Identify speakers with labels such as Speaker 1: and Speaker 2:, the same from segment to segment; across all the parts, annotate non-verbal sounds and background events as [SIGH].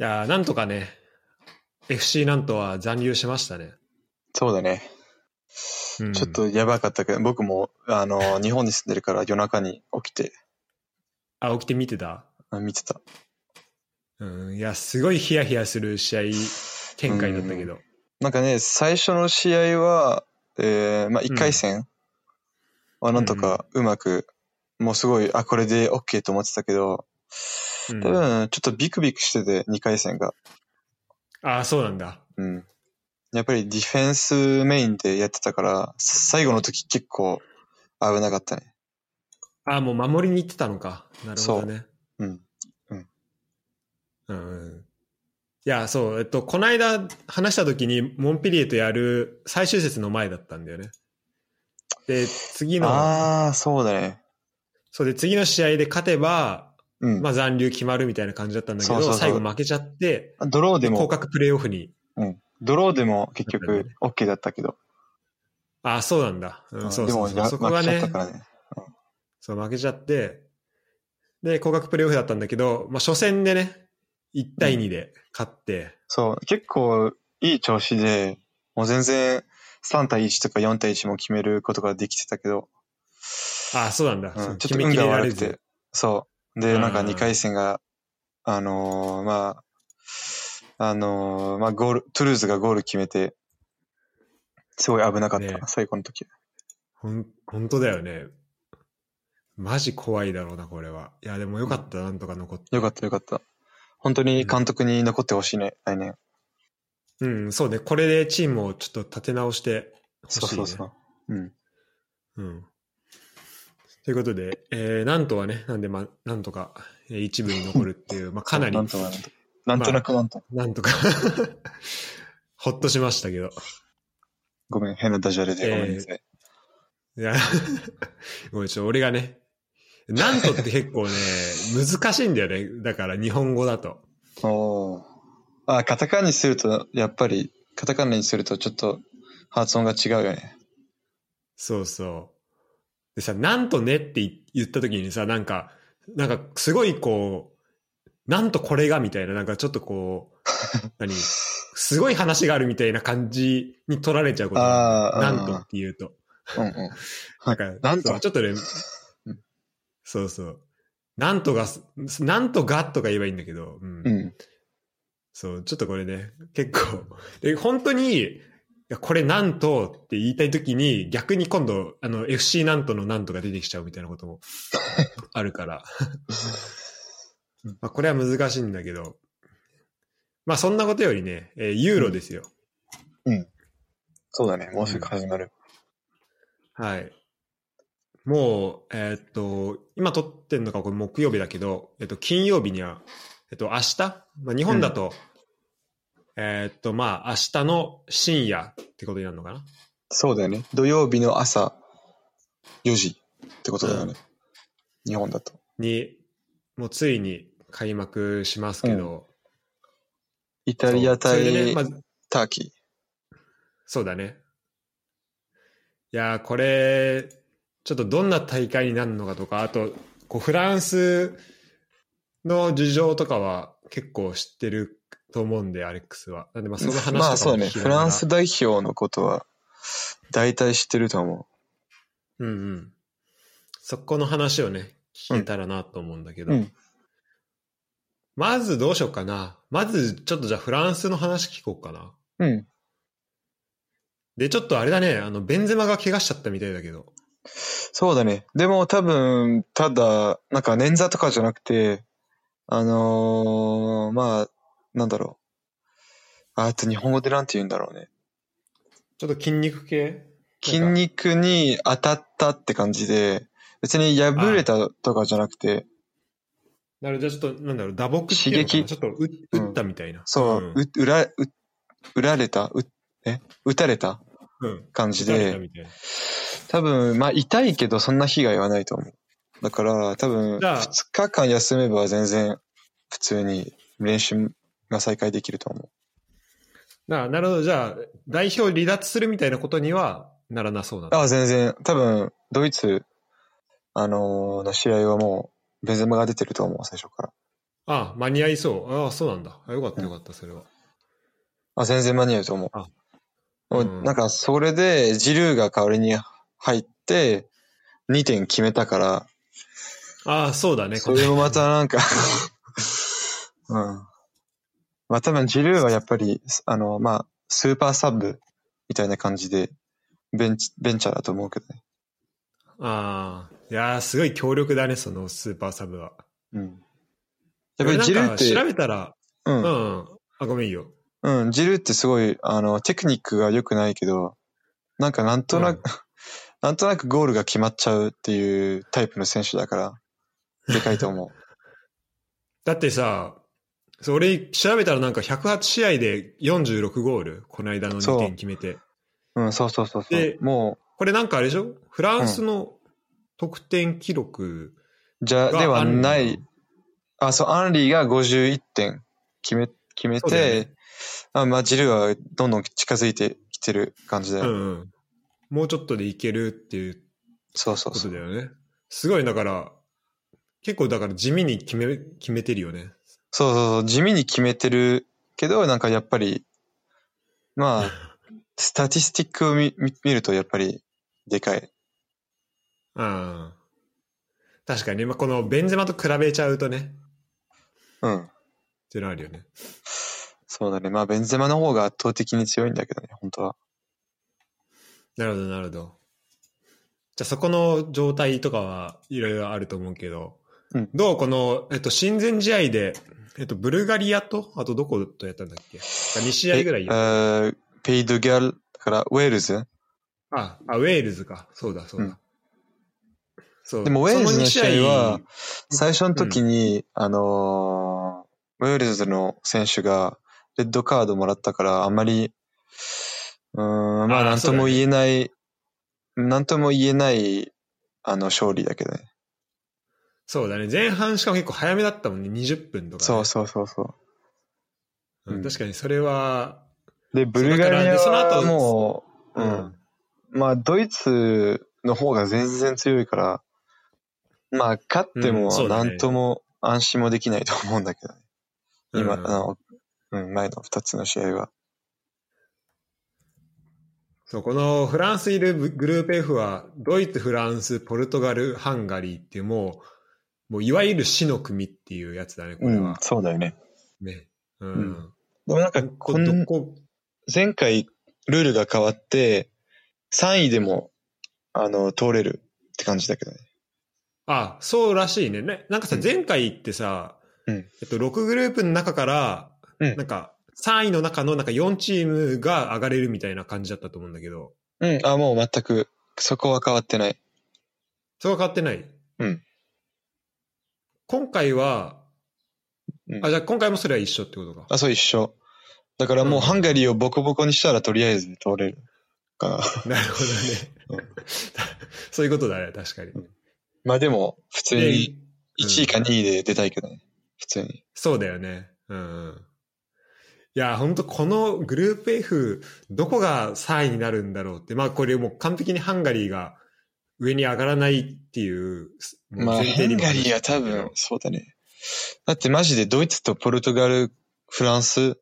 Speaker 1: いやー、なんとかね、FC なんとは残留しましたね。
Speaker 2: そうだね。
Speaker 1: うん
Speaker 2: ちょっとやばかったけど、僕も、あ
Speaker 1: [LAUGHS]
Speaker 2: の、日本に住んでるから夜中に起きて、
Speaker 1: あ、起きて見てた
Speaker 2: あ見てた。
Speaker 1: うん、いや、すごいヒヤヒヤする試合展開だったけど。
Speaker 2: なんかね、最初の試合は、えーまあ、1回戦はなんとかうまく、もうすごい、あ、これで OK と思ってたけど、
Speaker 1: うん
Speaker 2: 多分、ちょっとビクビクしてて、2回戦が。
Speaker 1: あ、そうなんだ。
Speaker 2: うん。やっぱりディフェンスメインでやってたから、最後の時結構危なかったね。
Speaker 1: あ、もう守りに行ってたのか。なるほどね。
Speaker 2: うん。
Speaker 1: うんうん。いや、そう、えっと、この間話した時に、モンピリエとやる最終節の前だったんだよね。で、次の、
Speaker 2: ああ、そうだね。
Speaker 1: そうで、次の試合で勝てば、
Speaker 2: うん。
Speaker 1: まあ残留決まるみたいな感じだったんだけど、
Speaker 2: そうそうそう
Speaker 1: 最後負けちゃって、
Speaker 2: ドローで
Speaker 1: 降
Speaker 2: も、
Speaker 1: 格プレイオフに。
Speaker 2: ドローでも結
Speaker 1: そうだ
Speaker 2: 局
Speaker 1: ね
Speaker 2: OK だったけど、
Speaker 1: あ、そうなんだ。うん、そう
Speaker 2: で
Speaker 1: そ
Speaker 2: も
Speaker 1: うそう
Speaker 2: や
Speaker 1: そこ
Speaker 2: 負
Speaker 1: が
Speaker 2: けちゃっ
Speaker 1: ね
Speaker 2: た、からね。
Speaker 1: そう、負けちゃって、で、降格プレイオフだったんだけど、まあ初戦でね、1対2で勝って、
Speaker 2: そう、結構いい調子で、もう全然3対1とか4対1も決めることができてたけど、
Speaker 1: あ、そうなんだ。
Speaker 2: う、
Speaker 1: そうん
Speaker 2: ちょ
Speaker 1: 決
Speaker 2: っと
Speaker 1: め
Speaker 2: 運
Speaker 1: き
Speaker 2: が
Speaker 1: れられ
Speaker 2: 悪く
Speaker 1: ず
Speaker 2: て。。そう。で、
Speaker 1: うん
Speaker 2: なんか2回戦が、あのーまあ、あのーまあ、ゴール、トゥルーズがゴール決めて、すごい危なかった、
Speaker 1: ね
Speaker 2: 最後の時。
Speaker 1: ほん、本当だよね。マジ怖いだろうな、これは。いや、でもよかった、なんとか残って。
Speaker 2: よかったよかった。本当に監督に残ってほしいね、来年。
Speaker 1: うん、そうね。これでチームをちょっと立て直してほしい、
Speaker 2: そ
Speaker 1: ね。
Speaker 2: うそうそう。うん。
Speaker 1: うん。ということで、えー、なんとはね、なんで、まあ、なんとか、えー一部に残るっていう、まあ、かなり
Speaker 2: な、んとかなんとなくなんとなく。
Speaker 1: なんとか、 [LAUGHS] ほっとしましたけど。
Speaker 2: ごめん、変なダジャレでごめんなさい。
Speaker 1: いや、 [LAUGHS] ごめん、ちょっと俺がね、なんとって結構ね、難しいんだよね。だから、日本語だと。
Speaker 2: おーあ、カタカナにすると、やっぱり、カタカナにするとちょっと発音が違うよね。
Speaker 1: そうそう。でさ、なんとねってい言った時にさ、なんか、なんかすごいこう、なんとこれがみたいな、なんかちょっとこう、何すごい話があるみたいな感じに取られちゃうことがある
Speaker 2: あ
Speaker 1: な
Speaker 2: ー
Speaker 1: んとって言うと。
Speaker 2: うんうん。
Speaker 1: [LAUGHS] なんか、
Speaker 2: なんと
Speaker 1: そうちょっとね
Speaker 2: うん、
Speaker 1: そうそう。なんとがす、なんとがとか言えばいいんだけど、うん
Speaker 2: うん。
Speaker 1: そう、ちょっとこれね、結構。で、本当に、いやこれなんとって言いたいときに、逆に今度、あの、FC なんとのなんとが出てきちゃうみたいなこと [LAUGHS] もあるから。 [LAUGHS] まあ、これは難しいんだけど。まあ、そんなことよりね、えーユーロですよ。
Speaker 2: そうだね。もうすぐ始まる。
Speaker 1: はい。もう、えーっと、今撮ってんのがこれ木曜日だけど、えっと、金曜日には、えっと、明日、まあ、日本だと、えーっと、まあ、明日の深夜ってことになるのかな
Speaker 2: そうだよね。土曜日の朝4時ってことだよね。日本だと。
Speaker 1: に、もうついに開幕しますけど。
Speaker 2: イ
Speaker 1: そ
Speaker 2: タ
Speaker 1: う
Speaker 2: リア
Speaker 1: それで
Speaker 2: 対
Speaker 1: ねまあ
Speaker 2: ターキ
Speaker 1: そうだね。いやー、これ、ちょっとどんな大会になるのかとか、あと、こうフランスの事情とかは結構知ってると思うんで、アレックスは。なんで、まあ、
Speaker 2: ー。
Speaker 1: その話とかも
Speaker 2: まあそうだね。
Speaker 1: 聞き
Speaker 2: フ
Speaker 1: ながら
Speaker 2: ランス代表のことは大体知ってると思
Speaker 1: うんうん。そこの話をね、聞けたらなと思うんだけど。
Speaker 2: うんうん
Speaker 1: まずどうしようかな。まず、ちょっとじゃあフランスの話聞こうかな。
Speaker 2: う。うん。
Speaker 1: で、ちょっとあれだね、あの、ベンゼマが怪我しちゃったみたいだけど。
Speaker 2: そうだね。でも多分、ただ、なんか捻挫とかじゃなくて、あのーまあ、なんだろう。あと日本語でなんて言うんだろうね。
Speaker 1: ちょっと筋肉系
Speaker 2: 筋肉に当たったって感じで、別に破れたとかじゃなくて、
Speaker 1: なるじゃあちょっと、なんだろう、打撲っていうのか
Speaker 2: 刺
Speaker 1: な
Speaker 2: 激
Speaker 1: ちょっとう
Speaker 2: うん
Speaker 1: 打ったみたいな。
Speaker 2: そう、
Speaker 1: ん
Speaker 2: う、うら、う、うられた、う、え打たれた
Speaker 1: うん。
Speaker 2: 感じ
Speaker 1: 打たれた
Speaker 2: で、
Speaker 1: みたいな
Speaker 2: 多分、まあ痛いけどそんな被害はないと思う。だから、多分、
Speaker 1: じゃあ
Speaker 2: 2日間休めば全然、普通に練習が再開できると思う。
Speaker 1: ななるほど、じゃあ、代表離脱するみたいなことにはならなそうなんだ。
Speaker 2: あ全然。多分、ドイツ、あのーの試合はもう、ベンゼマが出てると思う、最初から。
Speaker 1: あ間に合いそう。ああ、そうなんだ。あよかったよかった、それは。
Speaker 2: あ、全然間に合うと思う。
Speaker 1: あ
Speaker 2: もう
Speaker 1: うん
Speaker 2: なんか、それで、ジルーが代わりに入って、2点決めたから、
Speaker 1: ああ、そうだね。
Speaker 2: それもまたなんか、 [LAUGHS] うん。まあ多分、ジルーはやっぱり、あの、まあ、スーパーサブみたいな感じで、ベンチ、ベンチャーだと思うけどね。
Speaker 1: ああ、いやー、すごい強力だね、そのスーパーサブは。
Speaker 2: うん。やっぱりジルーっ
Speaker 1: なんか調
Speaker 2: て、
Speaker 1: べたら、
Speaker 2: う、
Speaker 1: うんん、あ、ごめんいいよ。
Speaker 2: うん、ジルーってすごい、あの、テクニックが良くないけど、なんかなんとなく、
Speaker 1: うん
Speaker 2: なんとなくゴールが決まっちゃうっていうタイプの選手だから、でかいと思
Speaker 1: だってさ、そう俺調べたらなんか108試合で46ゴール、この間の2
Speaker 2: そう
Speaker 1: 点決めて。
Speaker 2: う。うん、そうそうそうそ
Speaker 1: で
Speaker 2: う。も
Speaker 1: これなんかあれでしょフランスの得点記録
Speaker 2: う、じゃ、
Speaker 1: が、
Speaker 2: ではな
Speaker 1: あ
Speaker 2: い
Speaker 1: んの、
Speaker 2: あ、そう、アンリーが51点決め、決め
Speaker 1: そうだよ
Speaker 2: て、あまあ、ジルーはどんどん近づいてきてる感じだ
Speaker 1: う
Speaker 2: よ。
Speaker 1: んうん。もうちょっとでいけるっていう
Speaker 2: そうそう
Speaker 1: こ
Speaker 2: そ
Speaker 1: とだ
Speaker 2: う。
Speaker 1: よね。すごい、だから、結構だから地味に決め、決めてるよね。
Speaker 2: そうそうそう。地味に決めてるけど、なんかやっぱり、まあ、
Speaker 1: [LAUGHS]
Speaker 2: スタティスティックを見見見るとやっぱり、でかい。
Speaker 1: うん。確かにね、まあ、このベンゼマと比べちゃうとね、
Speaker 2: うん。
Speaker 1: っていうのあるよね。
Speaker 2: そうだね。まあ、ベンゼマの方が圧倒的に強いんだけどね、本当は。
Speaker 1: なるほど、なるほど。じゃあそこの状態とかはいろいろあると思うけど、
Speaker 2: うん
Speaker 1: どうこの、えっと、親善試合で、えっと、ブルガリアと、あとどことやったんだっけ ?2 試合ぐらい
Speaker 2: え
Speaker 1: や
Speaker 2: ーペイドギャル、だから、ウェールズ
Speaker 1: あ、あ、ウェールズか。そうだ、そうだ。
Speaker 2: うん
Speaker 1: そう
Speaker 2: でもウェールズの
Speaker 1: そ
Speaker 2: 試合は
Speaker 1: 二
Speaker 2: 最初の時に、あのーウェールズの選手がレッドカードもらったから、あんまり、うーん、ま
Speaker 1: あ
Speaker 2: あ
Speaker 1: ー
Speaker 2: なん
Speaker 1: そ
Speaker 2: と
Speaker 1: うだ
Speaker 2: も
Speaker 1: ね
Speaker 2: 言えない、なんとも言えない、あの、勝利だけどね。
Speaker 1: そうだね。前半しかも結構早めだったもんね。20分とかね、
Speaker 2: そうそうそうそ
Speaker 1: うん
Speaker 2: うん
Speaker 1: 確かにそれは、
Speaker 2: う。で、ブルガリア
Speaker 1: そうだから
Speaker 2: は
Speaker 1: でその後
Speaker 2: もう、うん、。まあドイツの方が全然強いから、まあ勝って
Speaker 1: うん
Speaker 2: も
Speaker 1: そうだ
Speaker 2: な
Speaker 1: ね
Speaker 2: んとも安心もできないと思うんだけどね。今、
Speaker 1: うん
Speaker 2: あの、うん、前の二つの試合は。
Speaker 1: そう、このフランスいるグループ F は、ドイツ、フランス、ポルトガル、ハンガリーっていうもう、もういわゆる死の組っていうやつだね、こ
Speaker 2: う
Speaker 1: れ
Speaker 2: ん
Speaker 1: は、。
Speaker 2: そうだよね。
Speaker 1: ね。うん。
Speaker 2: うんでもなんか、
Speaker 1: こ
Speaker 2: こん
Speaker 1: どこ、
Speaker 2: 前回ルールが変わって、3位でも、あの、通れるって感じだけどね。
Speaker 1: あ、そうらしいね。ねなんかさ、
Speaker 2: うん
Speaker 1: 前回ってさ、
Speaker 2: うん
Speaker 1: えっと、6グループの中から、
Speaker 2: うん
Speaker 1: なんか、3位の中のなんか4チームが上がれるみたいな感じだったと思うんだけど、
Speaker 2: うん、あ、もう全く、そこは変わってない。
Speaker 1: それは変わってない。
Speaker 2: うん
Speaker 1: 今回は、
Speaker 2: うん
Speaker 1: あ、じゃあ今回もそれは一緒ってことか。
Speaker 2: あ、そう一緒。だから
Speaker 1: う
Speaker 2: もう
Speaker 1: ん
Speaker 2: ハンガリーをボコボコにしたらとりあえず通れるかな。 [LAUGHS]
Speaker 1: なるほどね。 [LAUGHS] そういうことだね、確かに。
Speaker 2: まあでも、普通
Speaker 1: で
Speaker 2: に1位か2位で出たいけどね。普通に。
Speaker 1: そうだよね。うんうん。いや、本当このグループ F、どこが3位になるんだろうって、まあこれもう完璧にハンガリーが上に上がらないっていう、もう
Speaker 2: まあ、ハ
Speaker 1: 前提に
Speaker 2: ン
Speaker 1: も
Speaker 2: ガ
Speaker 1: 話
Speaker 2: リーは
Speaker 1: した
Speaker 2: 多
Speaker 1: けど
Speaker 2: 分、そうだね。だってマジでドイツとポルトガル、フランス、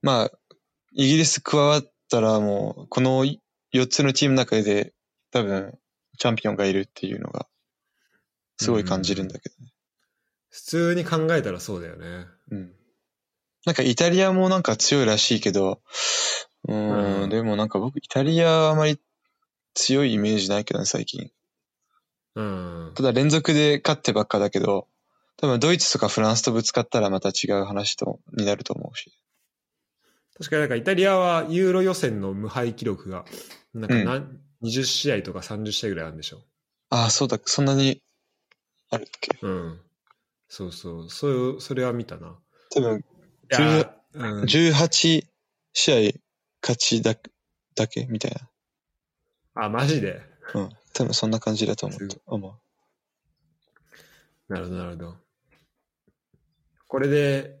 Speaker 2: まあ、イギリス加わったらもう、この4つのチームの中で多分、チャンピオンがいるっていうのが、すごい感じるんだけどね。
Speaker 1: 普通に考えたらそうだよね。
Speaker 2: うん。なんかイタリアもなんか強いらしいけど、うー、
Speaker 1: うんん
Speaker 2: でもなんか僕、イタリアはあまり強いイメージないけどね、最近。
Speaker 1: うん
Speaker 2: た。だ連続で勝ってばっかだけど、多分ドイツとかフランスとぶつかったらまた違う話とになると思うし。
Speaker 1: 確かになんかイタリアはユーロ予選の無敗記録が、なんか何、20試合とか30試合ぐらいあるんでしょ。
Speaker 2: ああ、そうだ、そんなにあるっけ
Speaker 1: うん。そうそう。それ、それは見たな。
Speaker 2: 多分
Speaker 1: いや、うん、
Speaker 2: 18試合勝ちだだけみたいな。
Speaker 1: あ、マジで。
Speaker 2: うん。多分そんな感じだと思
Speaker 1: す
Speaker 2: う
Speaker 1: ごい。
Speaker 2: 思う
Speaker 1: なるほど、なるほど。これで、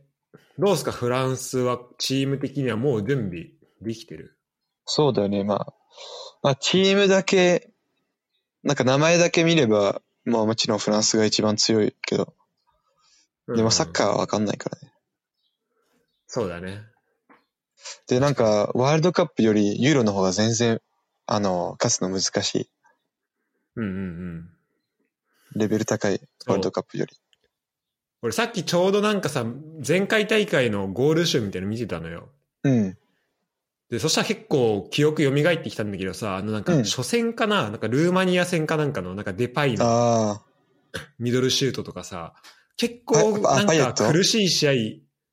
Speaker 1: どうすか、フランスはチーム的にはもう準備できてる。
Speaker 2: そうだよね、まあ。まあ、チームだけ、なんか名前だけ見れば、まあもちろんフランスが一番強いけど、でもサッカーはわかんないからね。
Speaker 1: そうだね。
Speaker 2: で、なんか、ワールドカップよりユーロの方が全然、あの、勝つの難しい。
Speaker 1: うんうんうん。
Speaker 2: レベル高い、ワールドカップより。
Speaker 1: 俺さっきちょうどなんかさ、前回大会のゴール集みたいなの見てたのよ。
Speaker 2: うん。
Speaker 1: で、そしたら結構記憶蘇ってきたんだけどさ、あのなんか
Speaker 2: うん
Speaker 1: 初戦かな、なんかルーマニア戦かなんかの、なんかデパイの
Speaker 2: あ
Speaker 1: ミドルシュートとかさ、結
Speaker 2: パ
Speaker 1: 構
Speaker 2: あ
Speaker 1: な
Speaker 2: パイエッ
Speaker 1: ん
Speaker 2: ト
Speaker 1: か苦しい試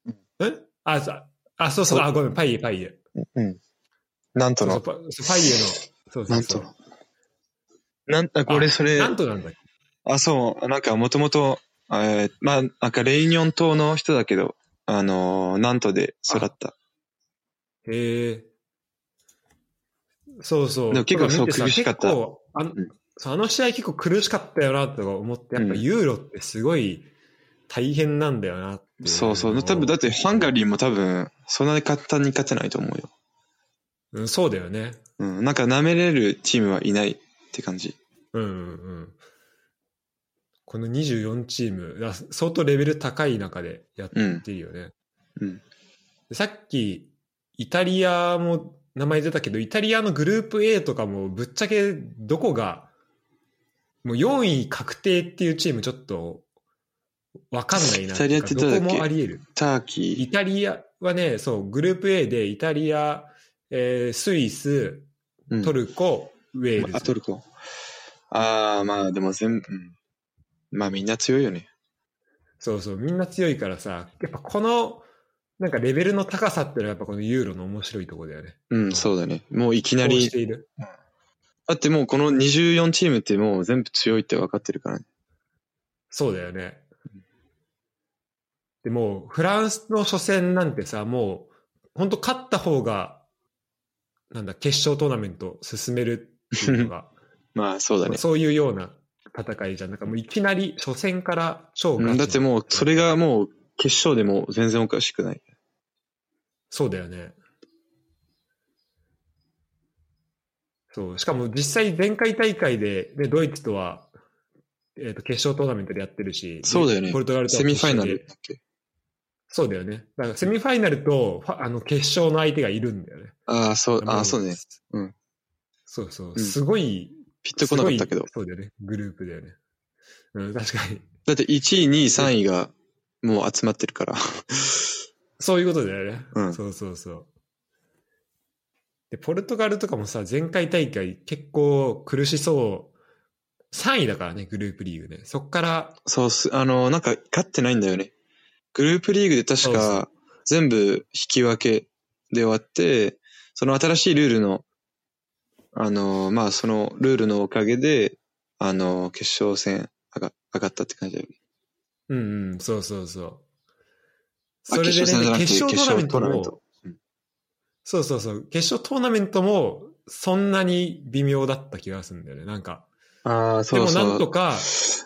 Speaker 1: 合、んあ、さあ、そうそう、
Speaker 2: そう
Speaker 1: あ、ごめん、パイエ、パイエ。
Speaker 2: あ、うん。なんと
Speaker 1: そうそう
Speaker 2: の。
Speaker 1: パそうパイエの、そうそ
Speaker 2: な
Speaker 1: うんそ
Speaker 2: と
Speaker 1: う。
Speaker 2: の。なん、あ、これそれ、
Speaker 1: なんとなんだっけ
Speaker 2: あ、そう、なんかもともと、えーまあ、なんかレイニョン島の人だけど、あのー、なんとで育った。
Speaker 1: へえ。そうそう。
Speaker 2: でも結構
Speaker 1: と見てさ
Speaker 2: そう苦しかった
Speaker 1: 結構あの
Speaker 2: うん
Speaker 1: そうあの試合結構苦しかったよなとか思って、やっぱ
Speaker 2: うん
Speaker 1: ユーロってすごい大変なんだよなってい
Speaker 2: そうそう。多分、だってハンガリーも多分、そんなに簡単に勝てないと思うよ。
Speaker 1: うん、そうだよね。
Speaker 2: うん。なんか舐めれるチームはいないって感じ。
Speaker 1: うんうんうん。この24チーム、だ相当レベル高い中でやってるよね。
Speaker 2: うん。
Speaker 1: でさっき、イタリアも名前出たけど、イタリアのグループ A とかもぶっちゃけどこが、もう4位確定っていうチームちょっとわかんないな
Speaker 2: イタリアってどうだっけ
Speaker 1: どこもあり得る。
Speaker 2: ターキー
Speaker 1: イ。タリアはね、そう、グループ A でイタリア、えースイス、
Speaker 2: うん
Speaker 1: トルコ、ウェール
Speaker 2: あ、ト
Speaker 1: ズ。
Speaker 2: ルコ。ああ、まあでも全部、うんまあみんな強いよね。
Speaker 1: そうそう、みんな強いからさ、やっぱこの、なんかレベルの高さっていうのはやっぱこのユーロの面白いところだよね。
Speaker 2: うん、そうだね。もういきな
Speaker 1: こう
Speaker 2: り
Speaker 1: し、ている。
Speaker 2: だってもうこの24チームってもう全部強いって分かってるからね。
Speaker 1: そうだよね。でもう、フランスの初戦なんてさ、もう、本当勝った方が、なんだ、決勝トーナメント進めるっていうの [LAUGHS] が、
Speaker 2: まあそうだね。
Speaker 1: そういうような戦いじゃん。なんかもういきなり初戦から超
Speaker 2: うん、だってもうそれがもう決勝でも全然おかしくない。
Speaker 1: そうだよね。そう。しかも実際前回大会で、ね、ドイツとは、えっ、と、決勝トーナメントでやってるし、
Speaker 2: そうだよね
Speaker 1: ポルトガルとは
Speaker 2: セミファイナ
Speaker 1: 決勝
Speaker 2: ル
Speaker 1: で
Speaker 2: だっけ
Speaker 1: そうだよね。だからセミファイナルとファあの決勝の相手がいるんだよね。
Speaker 2: ああ、そう、あ
Speaker 1: も
Speaker 2: あ、そうね。。うん
Speaker 1: そうそうう。
Speaker 2: ん
Speaker 1: すごい、
Speaker 2: ピッとこなかったけど
Speaker 1: す。ごいそうだよね。グループだよね。うん、確かに。
Speaker 2: だって1位、2位、3位がもう集まってるから。
Speaker 1: そういうことだよね。
Speaker 2: うん
Speaker 1: そうそうそう。で、ポルトガルとかもさ、前回大会結構苦しそう。3位だからね、グループリーグね。そっから、
Speaker 2: そうっす。あの、なんか勝ってないんだよね。グループリーグで確
Speaker 1: そうそ
Speaker 2: か全部引き分けで終わって、その新しいルールの、あの、まあそのルールのおかげで、あの、決勝戦上が上がったって感じだよね。
Speaker 1: うんうん、そうそうそう。
Speaker 2: あ
Speaker 1: それで
Speaker 2: 決勝戦じ
Speaker 1: ね、
Speaker 2: ゃなくて
Speaker 1: 決勝トーナメント
Speaker 2: 決勝トーナメン
Speaker 1: も
Speaker 2: ト、
Speaker 1: そうそうそう、決勝トーナメントも、そんなに微妙だった気がするんだよね。なんか、
Speaker 2: ああ、
Speaker 1: で
Speaker 2: そう
Speaker 1: も
Speaker 2: そう。
Speaker 1: なんとか、
Speaker 2: あ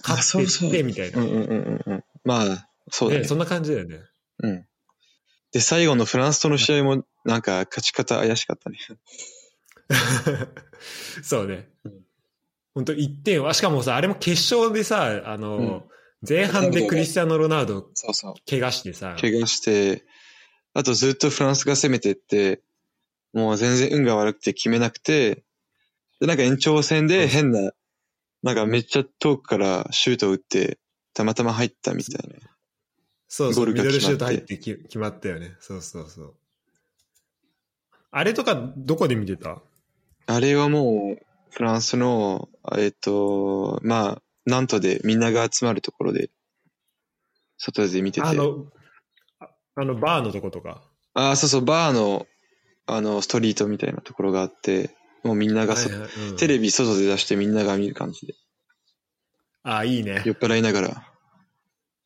Speaker 1: 勝
Speaker 2: そ
Speaker 1: っ
Speaker 2: う
Speaker 1: て
Speaker 2: そ
Speaker 1: っ
Speaker 2: う
Speaker 1: て、みたいな。
Speaker 2: うんうんうんうんうん。まあ、そうだね
Speaker 1: ね、そんな感じだよね。 [LAUGHS]
Speaker 2: うん。で、最後のフランスとの試合も、なんか、勝ち方怪しかったね。
Speaker 1: そうね
Speaker 2: うん。
Speaker 1: 本当一点は、しかもさ、あれも決勝でさ、あの、
Speaker 2: うん
Speaker 1: 前半でクリスティアーノ・ロナウド
Speaker 2: そうそう。
Speaker 1: 怪我してさ、
Speaker 2: 怪我して、あとずっとフランスが攻めてって、もう全然運が悪くて決めなくて、で、なんか延長戦で変な、なんかめっちゃ遠くからシュートを打って、たまたま入ったみたいな。
Speaker 1: そうそう、
Speaker 2: ゴール
Speaker 1: ミ
Speaker 2: が
Speaker 1: ドル
Speaker 2: 決
Speaker 1: シュ
Speaker 2: まっ
Speaker 1: ート
Speaker 2: て
Speaker 1: 入ってき決まったよね。そうそうそう。あれとか、どこで見てた
Speaker 2: あれはもう、フランスの、えっと、まあ、なんとでみんなが集まるところで、外で見てて。
Speaker 1: あの、ああの、バーのとことか。
Speaker 2: ああ、そうそう、バーの、あの、ストリートみたいなところがあって、もうみんながそ、
Speaker 1: はいはいうん
Speaker 2: テレビ外で出してみんなが見る感じで、
Speaker 1: あ、いいね。
Speaker 2: 酔っ払いながら。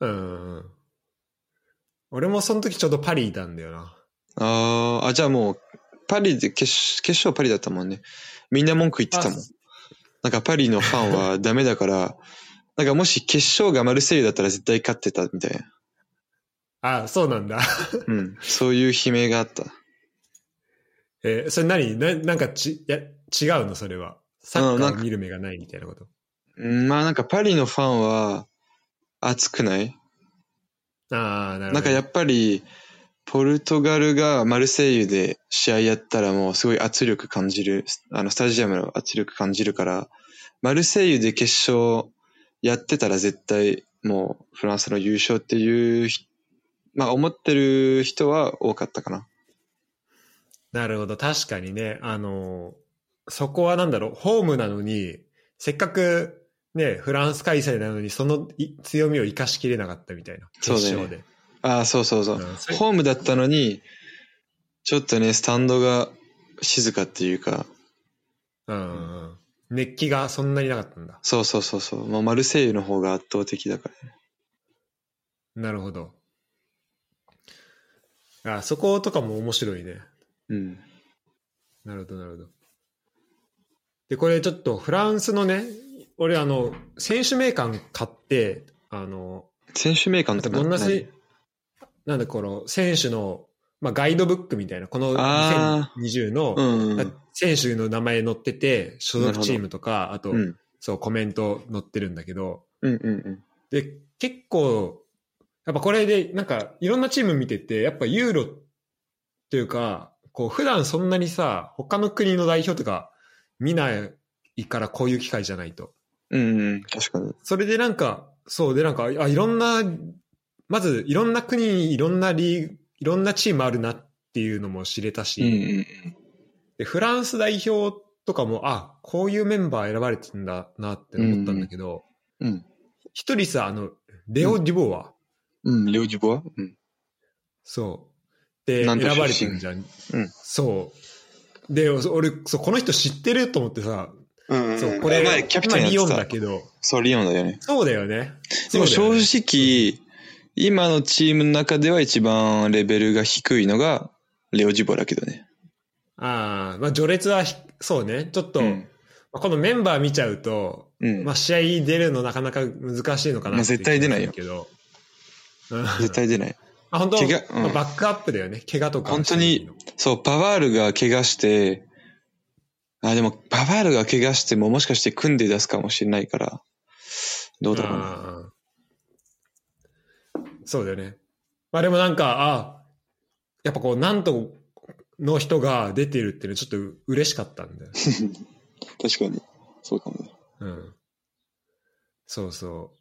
Speaker 1: うんうん。俺もその時ちょうどパリいたんだよな。
Speaker 2: あーあ、じゃあもう、パリで決勝、決勝パリだったもんね。みんな文句言ってたもん
Speaker 1: あ。
Speaker 2: なんかパリのファンはダメだから、なんかもし決勝がマルセイユだったら絶対勝ってたみたいな。
Speaker 1: あ、そうなんだ。 [LAUGHS]
Speaker 2: うん。そういう悲鳴があった。
Speaker 1: えーそれ何ななんかちいや違うのそれは。サッカーを見る目がないみたいなこと。
Speaker 2: うん、まあなんかパリのファンは熱くない
Speaker 1: ああ、なるほど。
Speaker 2: なんかやっぱり、ポルトガルがマルセイユで試合やったらもうすごい圧力感じる、あのスタジアムの圧力感じるから、マルセイユで決勝やってたら絶対もうフランスの優勝っていうひ、まあ思ってる人は多かったかな。
Speaker 1: なるほど、確かにね、あの、そこはなんだろう、ホームなのに、せっかく、ね、フランス開催なのに、そのい強みを生かしきれなかったみたいな、決
Speaker 2: そうだよね
Speaker 1: 勝で。
Speaker 2: ああ、そうそうそう。
Speaker 1: うんそれ
Speaker 2: ホームだったのに、ちょっとね、スタンドが静かっていうか、
Speaker 1: うんうんうん熱気がそんなになかったんだ。
Speaker 2: そうそうそうそう、まあ、マルセイユの方が圧倒的だから。
Speaker 1: なるほど。あ、そことかも面白いね。
Speaker 2: うん。
Speaker 1: なるほど、なるほど。で、これちょっとフランスのね、俺あの、選手名鑑買って、あの、
Speaker 2: 選手名鑑って
Speaker 1: 同
Speaker 2: 何
Speaker 1: じ、なんだこの選手の、まあ、ガイドブックみたいな、この
Speaker 2: あ
Speaker 1: 2020の、
Speaker 2: うんうん。
Speaker 1: 選手の名前載ってて、所属チームとか、あと、
Speaker 2: うん。
Speaker 1: そう、コメント載ってるんだけど、
Speaker 2: うんうんうん。
Speaker 1: で、結構、やっぱこれで、なんか、いろんなチーム見てて、やっぱユーロっていうか、こう、普段そんなにさ、他の国の代表とか見ないからこういう機会じゃないと。
Speaker 2: うんうん、確かに。
Speaker 1: それでなんか、そうでなんか、あいろんな、まずいろんな国にいろんなリーグ、いろんなチームあるなっていうのも知れたし、
Speaker 2: うんうん。
Speaker 1: でフランス代表とかも、あ、こういうメンバー選ばれてんだなって思ったんだけど、
Speaker 2: うん。
Speaker 1: 一、人さ、あの、レオ・デュボーは、
Speaker 2: うん、両自分はうん。
Speaker 1: そう。で、
Speaker 2: な
Speaker 1: 選
Speaker 2: んと
Speaker 1: ばれてるじゃん。
Speaker 2: うん
Speaker 1: そう。で、お俺、そうこの人知ってると思ってさ、
Speaker 2: うん
Speaker 1: そう、これ、
Speaker 2: 前キャプテンや
Speaker 1: 今リヨ
Speaker 2: ってた
Speaker 1: ンだけど、
Speaker 2: そう、リオンだよね。
Speaker 1: そうだよね。
Speaker 2: でも
Speaker 1: そうだ
Speaker 2: 正
Speaker 1: よね
Speaker 2: 直、今のチームの中では一番レベルが低いのが、レオジボだけどね。
Speaker 1: ああ、まあ、序列はひ、そうね。ちょっと、
Speaker 2: うん
Speaker 1: まあこのメンバー見ちゃうと、
Speaker 2: うん
Speaker 1: まあ、試合出るのなかなか難しいのかな
Speaker 2: まあ
Speaker 1: って
Speaker 2: 絶対出ないよ
Speaker 1: 気がするけど。うん
Speaker 2: 絶対出ない。
Speaker 1: まあ本当、
Speaker 2: 怪我うん
Speaker 1: まあバックアップだよね。怪我とか。
Speaker 2: 本当に。そう、パワールが怪我して、あ、でも、パワールが怪我しても、もしかして組んで出すかもしれないから、どうだろうな。
Speaker 1: あーそうだよね。まあでもなんか、あやっぱこう、なんとの人が出てるっていうのはちょっとう嬉しかったんだよ。
Speaker 2: 確かに。そうかもね。
Speaker 1: うん。そうそ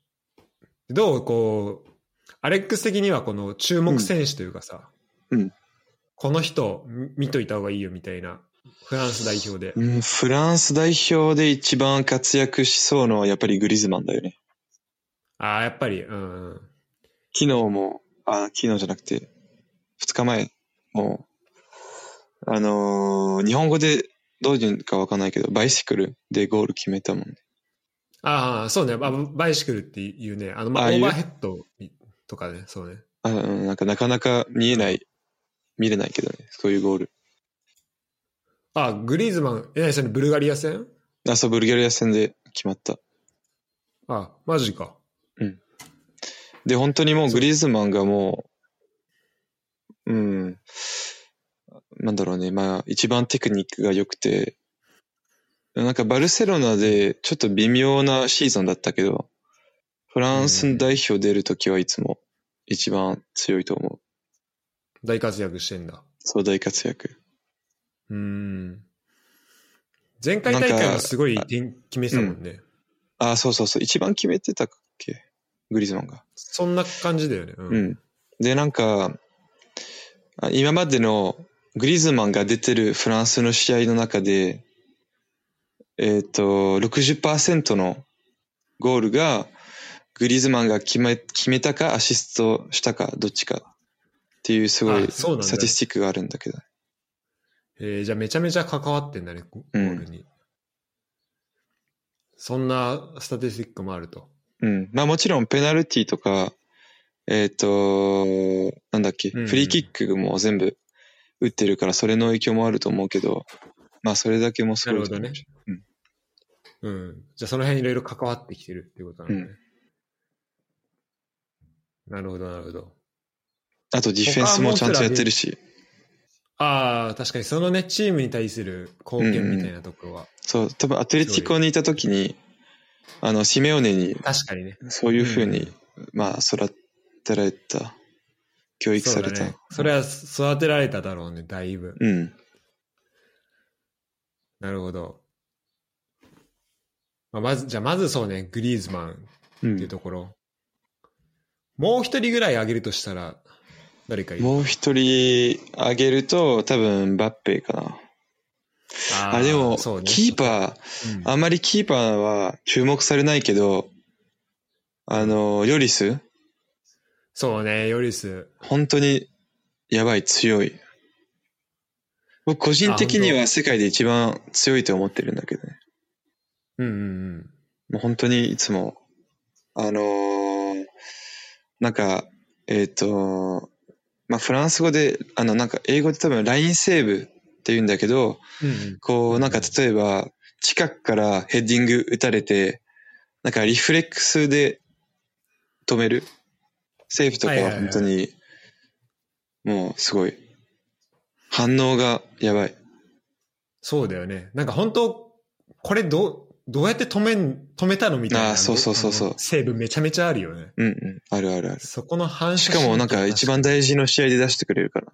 Speaker 1: う。どうこう、アレックス的にはこの注目選手というかさ、
Speaker 2: うんうん
Speaker 1: この人み見といた方がいいよみたいな、フランス代表で。
Speaker 2: うん、フランス代表で一番活躍しそうのはやっぱりグリズマンだよね。
Speaker 1: ああ、やっぱり、うんうん。
Speaker 2: 昨日も、あ、昨日じゃなくて、2日前も、あのー日本語でどういうんかわかんないけど、バイシクルでゴール決めたもんね。
Speaker 1: ああ、そうね。ババイシクルっていうね、あの、まあ、
Speaker 2: あ
Speaker 1: オ
Speaker 2: あい
Speaker 1: ー
Speaker 2: う
Speaker 1: バーヘッドとかね、そうね。
Speaker 2: あうんなんかなかなか見えない、見れないけどね、そういうゴール。
Speaker 1: ああ、グリーズマン、え、何それ、ブルガリア戦
Speaker 2: あ、そう、ブルガリア戦で決まった。
Speaker 1: ああ、マジか。
Speaker 2: で、本当にもうグリーズマンがもう、うん、なんだろうね、まあ、一番テクニックが良くて、なんかバルセロナでちょっと微妙なシーズンだったけど、フランス代表出るときはいつも一番強いと思う。
Speaker 1: 大活躍してんだ。
Speaker 2: そう、大活躍。
Speaker 1: うーん。前回大会もすごい点決めてたもんね。
Speaker 2: あ、そうそうそう、一番決めてたっけグリーズマンが。
Speaker 1: そんな感じだよね。うん。
Speaker 2: うん。で、なんか、あ今までのグリーズマンが出てるフランスの試合の中で、えっ、と、60%のゴールが、グリーズマンが決め決めたかアシストしたかどっちかっていうすごい
Speaker 1: あそうなんだ
Speaker 2: スタティスティックがあるんだけど。
Speaker 1: えーじゃあめちゃめちゃ関わってんだね、ゴゴールに。そんなスタティスティックもあると。
Speaker 2: うん。まあもちろんペナルティとか、えっ、と、なんだっけ、
Speaker 1: うんうん
Speaker 2: フリーキックも全部打ってるからそれの影響もあると思うけど、まあそれだけもすごいと思う
Speaker 1: な
Speaker 2: し。
Speaker 1: るほどねうん。じゃあその辺いろいろ関わってきてるっていうことなんだね。なるほど、なるほど。
Speaker 2: あとディフェンスもちゃんとやってるし、
Speaker 1: ああ、確かにそのね、チームに対する貢献みたいなところは、
Speaker 2: そう、多分アトレティコにいた時に、あの、シメオネに
Speaker 1: 確かにね。
Speaker 2: そういうふう
Speaker 1: う
Speaker 2: に
Speaker 1: ん、
Speaker 2: まあ、育てられた。教育され
Speaker 1: そう
Speaker 2: た。
Speaker 1: だね。それは育てられただろうね、だいぶ。
Speaker 2: うん。
Speaker 1: なるほど。まあ、まず、じゃあまずそうね、グリーズマン
Speaker 2: う。
Speaker 1: っていうんところ。もう一人ぐらい挙げるとしたら、誰かいる
Speaker 2: もう一人あげると、多分バッペかな。
Speaker 1: あ
Speaker 2: あ、でも、
Speaker 1: そうね
Speaker 2: キーパー、
Speaker 1: うん
Speaker 2: あまりキーパーは注目されないけど、あの、ヨリス、
Speaker 1: そうね、ヨリス。
Speaker 2: 本当にやばい、強い。僕個人的に
Speaker 1: あ
Speaker 2: は
Speaker 1: 本
Speaker 2: 世界で一番強いと思ってるんだけどね。
Speaker 1: うんうんうん。
Speaker 2: もう本当にいつも、あのーなんか、えっ、と、まあ、フランス語で、あの、なんか英語で多分ラインセーブって言うんだけど、
Speaker 1: うんうん、
Speaker 2: こう、なんか例えば、近くからヘッディング打たれて、なんかリフレックスで止める。セーフとか
Speaker 1: はいは
Speaker 2: はい
Speaker 1: はい
Speaker 2: 本当に、もうすごい。反応がやばい。
Speaker 1: そうだよね。なんか本当、これどう、どうやって止めん、止めたのみたいな。
Speaker 2: あーそうそうそうそう
Speaker 1: あのセーブめちゃめちゃあるよね。
Speaker 2: うんうん。あるあるある。
Speaker 1: そこの反
Speaker 2: し
Speaker 1: 射
Speaker 2: かもなんか一番大事な試合で出してくれるから。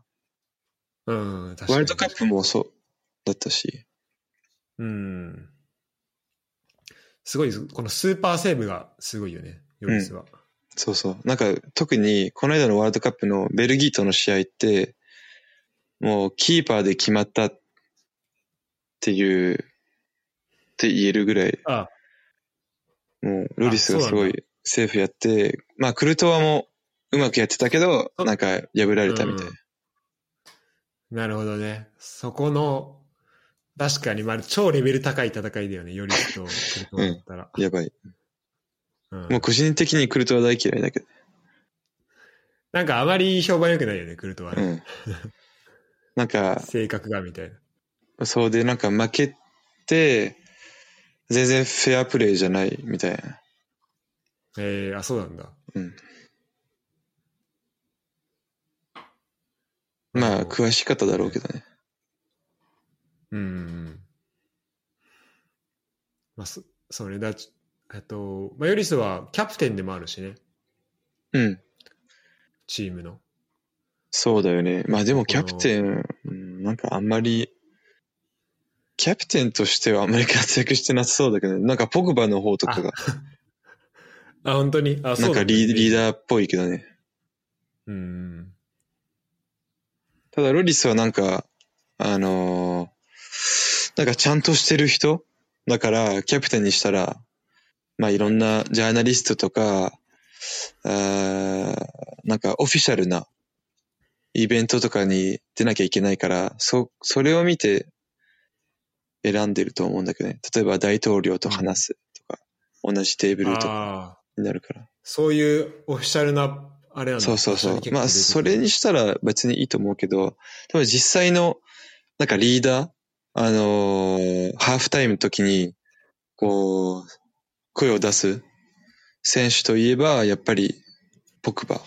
Speaker 1: 神経うん、確かに
Speaker 2: ワールドカップもそうだったし。
Speaker 1: うん。すごい、このスーパーセーブがすごいよね、ヨリスは。
Speaker 2: そうそう。なんか特にこの間のワールドカップのベルギーとの試合って、もうキーパーで決まったっていう、って言えるぐらい、
Speaker 1: あ
Speaker 2: もうロリスがす
Speaker 1: あそう
Speaker 2: ご
Speaker 1: なんだ
Speaker 2: いセーフやって、まあクルトワもうまくやってたけど、
Speaker 1: そ
Speaker 2: なんか破られたみたい。
Speaker 1: なるほどね。そこの、確かに、まあ、超レベル高い戦いだよね、ヨリスとクルトワだったら。
Speaker 2: やばい。
Speaker 1: うん
Speaker 2: もう個人的にクルトワ大嫌いだけど。
Speaker 1: なんかあまり評判良くないよね、クルトワ
Speaker 2: う。ん。なんか、
Speaker 1: 性格がみたいな。
Speaker 2: そうで、なんか負けて、全然フェアプレーじゃないみたいな。
Speaker 1: えー、あ、そうなんだ。
Speaker 2: うん。
Speaker 1: な
Speaker 2: まあ、
Speaker 1: るほど
Speaker 2: 詳しかっただろうけどね。
Speaker 1: うんうんうん。まあ、そ、それだ、えっと、まあ、ヨリスはキャプテンでもあるしね、
Speaker 2: うん。
Speaker 1: チームの。
Speaker 2: そうだよね。まあでもキャプテン、うんなんかあんまり、キャプテンとしてはあんまり活躍してなさそうだけど、なんかポグバの方とかが、
Speaker 1: あ、本当にあ、
Speaker 2: な
Speaker 1: そ
Speaker 2: ん
Speaker 1: う
Speaker 2: か
Speaker 1: だ
Speaker 2: リーリー
Speaker 1: ー。
Speaker 2: ダーっぽいけどね。
Speaker 1: うんうん。
Speaker 2: ただロリスはなんか、あのーなんかちゃんとしてる人だから、キャプテンにしたら、まあいろんなジャーナリストとか、あーなんかオフィシャルなイベントとかに出なきゃいけないから、そ、それを見て選んでると思うんだけどね。例えば大統領と話すとか、同じテーブルとか
Speaker 1: ああ、
Speaker 2: になるから。
Speaker 1: そういうオフィシャルな、あれなんだ
Speaker 2: そうそうそう。まあそれ
Speaker 1: に。
Speaker 2: にしたら別にいいと思うけど、でも実際のなんかリーダー、あのーハーフタイムの時に、こう、声を出す選手といえば、やっぱり、ポクバ。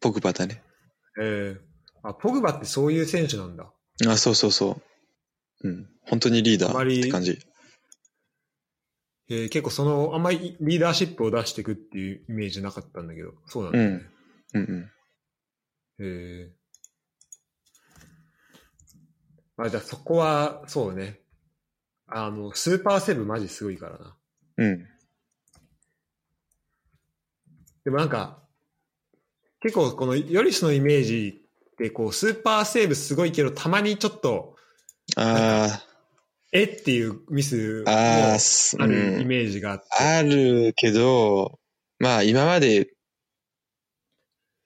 Speaker 2: ポクバだね。
Speaker 1: えー、あ、ポグバってそういう選手なんだ。
Speaker 2: あ、そうそうそう。うん。本当にリーダ
Speaker 1: あま
Speaker 2: ー
Speaker 1: り
Speaker 2: って感じ。
Speaker 1: えー、結構その、あんまりリーダーシップを出していくっていうイメージなかったんだけど、そうなんだ、ね。
Speaker 2: うんうん。
Speaker 1: ええまあじゃあそこは、そうね。あの、スーパーセブンマジすごいからな。
Speaker 2: うん。
Speaker 1: でもなんか、結構このヨリスのイメージってこう、スーパーセーブすごいけど、たまにちょっと、
Speaker 2: あ
Speaker 1: えっていうミス
Speaker 2: ー、
Speaker 1: も
Speaker 2: あー
Speaker 1: あ
Speaker 2: す、う
Speaker 1: るイ
Speaker 2: ん。
Speaker 1: メージがあって。
Speaker 2: あるけど、まあ今まで、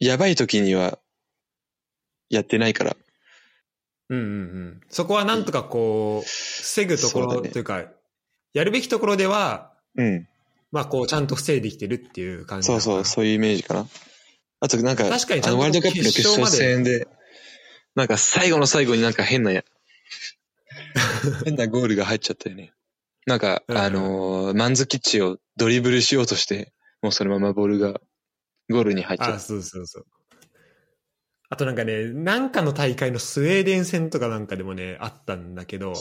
Speaker 2: やばい時には、やってないから。
Speaker 1: うんうんうん。そこはなんとかこう、防ぐとこ
Speaker 2: そう
Speaker 1: ろ
Speaker 2: だね
Speaker 1: というか、やるべきところでは、
Speaker 2: うん。
Speaker 1: まあこう、ちゃんと防いできてるっていう感じな
Speaker 2: そ
Speaker 1: のか
Speaker 2: う
Speaker 1: な
Speaker 2: そう、そういうイメージかな。あとなんか、
Speaker 1: 確かにち
Speaker 2: あ
Speaker 1: ゃんと
Speaker 2: のワールドカップの決
Speaker 1: 決
Speaker 2: 勝
Speaker 1: 勝
Speaker 2: 戦で、なんか最後の最後になんか変
Speaker 1: [LAUGHS]
Speaker 2: なや、変なゴールが入っちゃったよね。なんか、
Speaker 1: うん
Speaker 2: あのーマンズキッチをドリブルしようとして、もうそのままボールがゴールに入っちゃ
Speaker 1: あ、
Speaker 2: っ
Speaker 1: そうそうそう。あとなんかね、なんかの大会のスウェーデン戦とかなんかでもね、あったんだけど、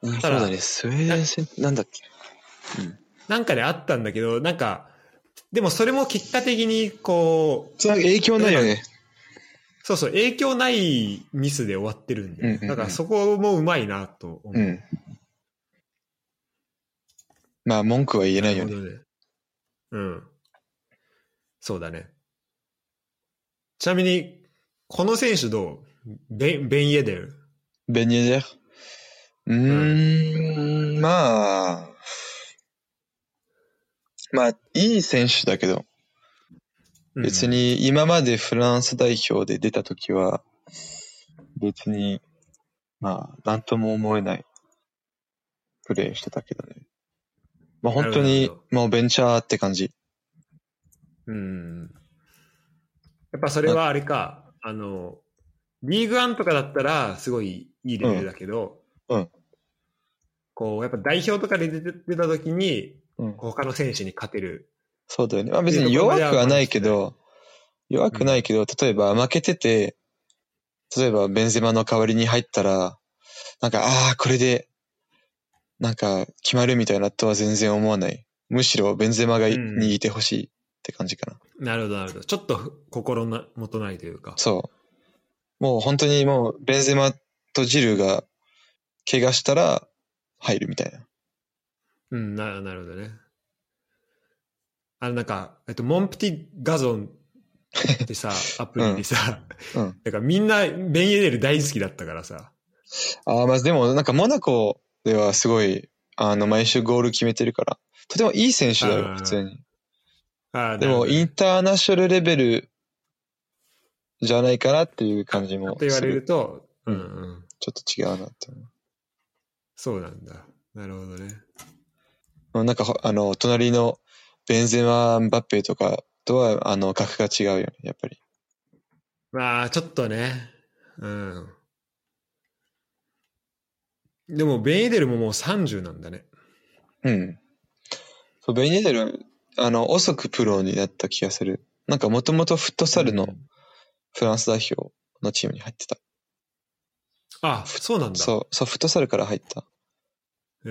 Speaker 2: た。あ
Speaker 1: た
Speaker 2: そう
Speaker 1: だ
Speaker 2: だね、スウェーデン戦、なんだっけ。
Speaker 1: なんかで、あったんだけど、なんか、でもそれも結果的にこう、
Speaker 2: その影響ないよね。
Speaker 1: そうそう、影響ないミスで終わってるんで、
Speaker 2: うんうんうん
Speaker 1: だからそこもうまいなと思う。
Speaker 2: うん。まあ、文句は言えないよね。
Speaker 1: なるほどねうん。そうだね。ちなみに、この選手どうベン、ベンイエデル。
Speaker 2: ベニエジェうーん、まあ、まあ、いい選手だけど、
Speaker 1: うん
Speaker 2: 別。に今までフランス代表で出た時は、別に、まあ、なんとも思えないプレーしてたけどね。まあ本当
Speaker 1: なる
Speaker 2: に
Speaker 1: ほど、
Speaker 2: もうベンチャーって感じ。
Speaker 1: うん。やっぱそれはあれか、あの、リーグワンとかだったら、すごいいいレベルだけど、
Speaker 2: うんうん
Speaker 1: こう、やっぱ代表とかで出て出た時に、
Speaker 2: うん、
Speaker 1: 他の選手に勝てる。
Speaker 2: そうだよね。まあ別に弱くはないけど、弱くないけど、例えば負けてて、例えばベンゼマの代わりに入ったら、なんか、ああ、これで、なんか、決まるみたいなとは全然思わない。むしろ、ベンゼマがい、
Speaker 1: うん
Speaker 2: にいてほしいって感じかな。
Speaker 1: なるほど、なるほど。ちょっと心のもとないというか。
Speaker 2: そう。もう本当にもう、ベンゼマとジルーが、怪我したら、入るみたいな。
Speaker 1: うん、ななるほどね。あの、なんか、えっと、モンプティガゾンって
Speaker 2: [LAUGHS]
Speaker 1: さ、アプリでさ、
Speaker 2: うん
Speaker 1: なんかみんなベンエデル大好きだったからさ。
Speaker 2: ああ、まあでも、なんか、モナコではすごい、あの、毎週ゴール決めてるから、とてもいい選手だ
Speaker 1: う
Speaker 2: よ、
Speaker 1: ん
Speaker 2: 普通に。
Speaker 1: あー
Speaker 2: で
Speaker 1: なるほ
Speaker 2: も、
Speaker 1: ど
Speaker 2: インターナショナルレベルじゃないかなっていう感じも
Speaker 1: と
Speaker 2: す
Speaker 1: 言われ
Speaker 2: る。
Speaker 1: ると、う
Speaker 2: うんん
Speaker 1: うん。
Speaker 2: ちょっと違うなって思
Speaker 1: そうなんだ。なるほどね。
Speaker 2: う。なんかほ、あの、隣のベンゼマ、バッペとかとは、あの、格が違うよね、やっぱり。
Speaker 1: まあ、ちょっとね。うん。でも、ベンエデルももう30なんだね。
Speaker 2: うん。そうベニエデル、あの、遅くプロになった気がする。なんか、もともとフットサルのフランス代表のチームに入ってた。
Speaker 1: あ、そうなんだ。う。
Speaker 2: そう、そう、フットサルから入った。
Speaker 1: へえ。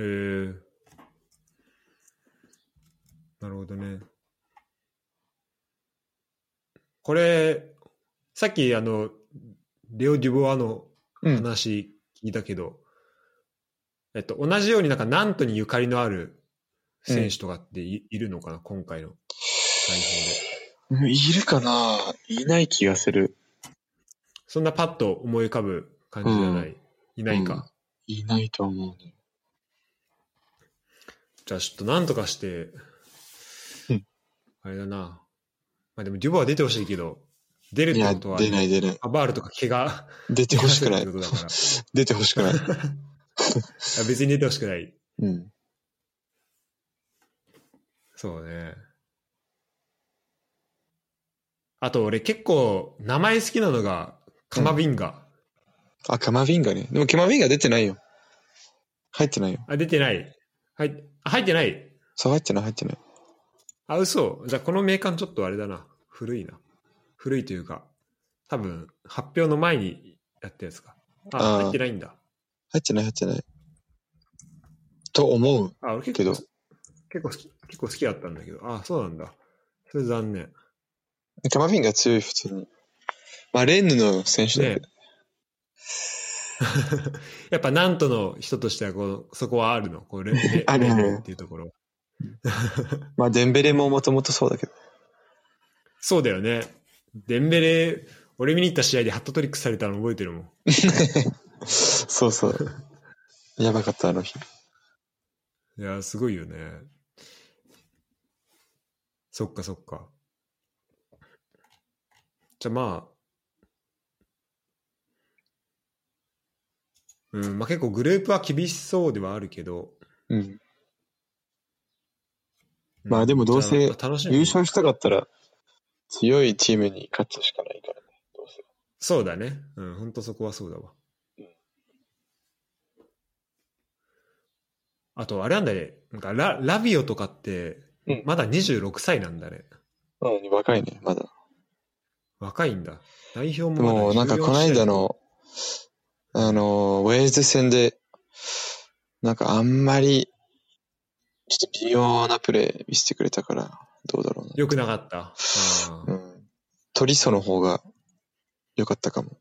Speaker 1: なるほどね。これ、さっき、あの、レオ・デュボアの
Speaker 2: うん。
Speaker 1: 話聞いたけど、えっと、同じようになんか、ナントにゆかりのある選手とかってい,、いるのかな、今回の代表で。
Speaker 2: うんいるかないない気がする。
Speaker 1: そんなパッと思い浮かぶ感じじゃない、いないか。
Speaker 2: うんいないと思うね。
Speaker 1: じゃあちょっとなんとかして、
Speaker 2: うん
Speaker 1: あれだな。まあでもデュボは出てほしいけど、出るっ
Speaker 2: い
Speaker 1: て
Speaker 2: や、
Speaker 1: ことは、
Speaker 2: 出ない出ない。
Speaker 1: アバールとか怪我、
Speaker 2: [LAUGHS] 出てほしくない
Speaker 1: 怪。我す
Speaker 2: 出てほしくない。
Speaker 1: るってことだから。いや別に出てほしくない。
Speaker 2: [LAUGHS] うん。
Speaker 1: そうね。あと俺結構名前好きなのが、カマビンガ。
Speaker 2: あ、カマビンガね。でもカマビンガ出てないよ。入ってないよ。
Speaker 1: あ、出てない。はい、あ入ってない。
Speaker 2: そう、入ってない、入ってない。
Speaker 1: あ、嘘。じゃあこの名鑑ちょっとあれだな。古いな。古いというか、多分発表の前にやったやつか。あ、
Speaker 2: あー
Speaker 1: 入ってないんだ。
Speaker 2: 入ってない、入ってない。と思う。
Speaker 1: あ、俺結
Speaker 2: け
Speaker 1: 構
Speaker 2: ど
Speaker 1: 結構好き、結構好きだったんだけど。あ、そうなんだ。それ残念。
Speaker 2: カマビンガ強い、普通に。まあ、レンヌの選手だ
Speaker 1: ね
Speaker 2: けど。
Speaker 1: やっぱなんとの人としてはこう、そこはあるの。これ、レ
Speaker 2: [LAUGHS] ある
Speaker 1: レベルっていうところ。
Speaker 2: まあ、デンベレももともとそうだけど。 [LAUGHS]
Speaker 1: そうだよね。デンベレ、俺見に行った試合でハットトリックされたの覚えてるもん。
Speaker 2: そうそう。やばかった、あの日。
Speaker 1: いやー、すごいよね。そっかそっか。じゃあまあ、うん、まあ結構グループは厳しそうではあるけど。
Speaker 2: うん。まあでもどうせ
Speaker 1: じゃあ楽しみ
Speaker 2: 優勝したかったら、強いチームに勝つしかないからね。どうせ。
Speaker 1: そうだね。うん、ほんとそこはそうだわ。あと、あれなんだね。なんかラ、ラビオとかって
Speaker 2: うん、
Speaker 1: まだ26歳なんだね。
Speaker 2: まあ、若いね、まだ。
Speaker 1: 若いんだ。代表も
Speaker 2: で
Speaker 1: まだ
Speaker 2: も、なんかこの間の、あの、ウェールズ戦で、なんかあんまり、ちょっと微妙なプレー見せてくれたから、どうだろう
Speaker 1: 良くなかった。あ
Speaker 2: な。
Speaker 1: ー
Speaker 2: うん。トリソの方がよかったかも。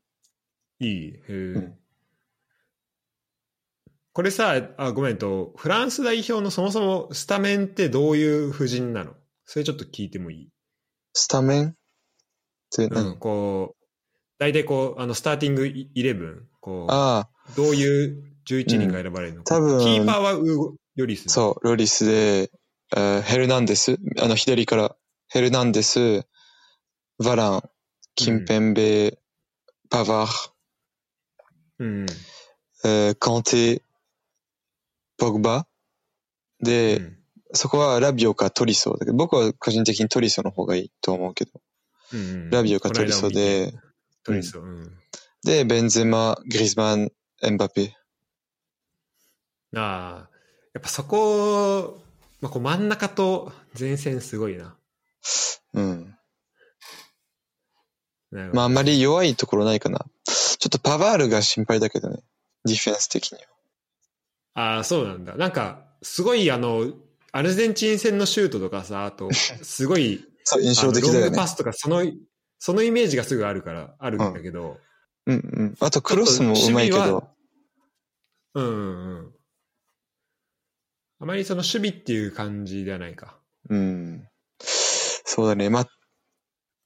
Speaker 1: いい。へえ
Speaker 2: うん
Speaker 1: これさ、あ、ごめんえっと、フランス代表のそもそもスタメンってどういう布陣なのそれちょっと聞いてもいい、
Speaker 2: スタメンって
Speaker 1: う
Speaker 2: 何、
Speaker 1: ん、こう、大体こう、あの、スターティングイレブン、こう、
Speaker 2: ああ、
Speaker 1: どういう11人が選ばれるのか、
Speaker 2: 多分
Speaker 1: キーパーはウーゴ・ヨリス。う。
Speaker 2: そう、ロリスで、えーヘルナンデス、あの、左から、ヘルナンデス、バラン、キンペンベ、パワー、
Speaker 1: うん。
Speaker 2: えーカンテ、ポグバ。で、
Speaker 1: うん
Speaker 2: そこはラビオかトリソーだけど、僕は個人的にトリソーの方がいいと思うけど、
Speaker 1: うん
Speaker 2: ラビオかトリソー。
Speaker 1: この間も見
Speaker 2: で
Speaker 1: て、トリソー。うん。
Speaker 2: で、ベンゼマ、グリズマン、エンバペ。
Speaker 1: ああ、やっぱそこ、まあ、こう真ん中と前線すごいな。
Speaker 2: うん。
Speaker 1: なんか
Speaker 2: まあ、あんまり弱いところないかな。ちょっとパワールが心配だけどね。ディフェンス的には。
Speaker 1: ああ、そうなんだ。なんか、すごいあの、アルゼンチン戦のシュートとかさ、あ
Speaker 2: [LAUGHS]
Speaker 1: と、すごい、
Speaker 2: そう、印象的
Speaker 1: あの
Speaker 2: だ
Speaker 1: ロ
Speaker 2: よ
Speaker 1: ング
Speaker 2: ね
Speaker 1: パ。スとか、その、そのイメージがすぐあるから、あるんだけど、
Speaker 2: うんうん。あと、クロスもうまいけ
Speaker 1: ちょっと守備
Speaker 2: ど
Speaker 1: は。うん、うんうん。あまりその守備っていう感じではないか。
Speaker 2: うん。そうだね。まあ、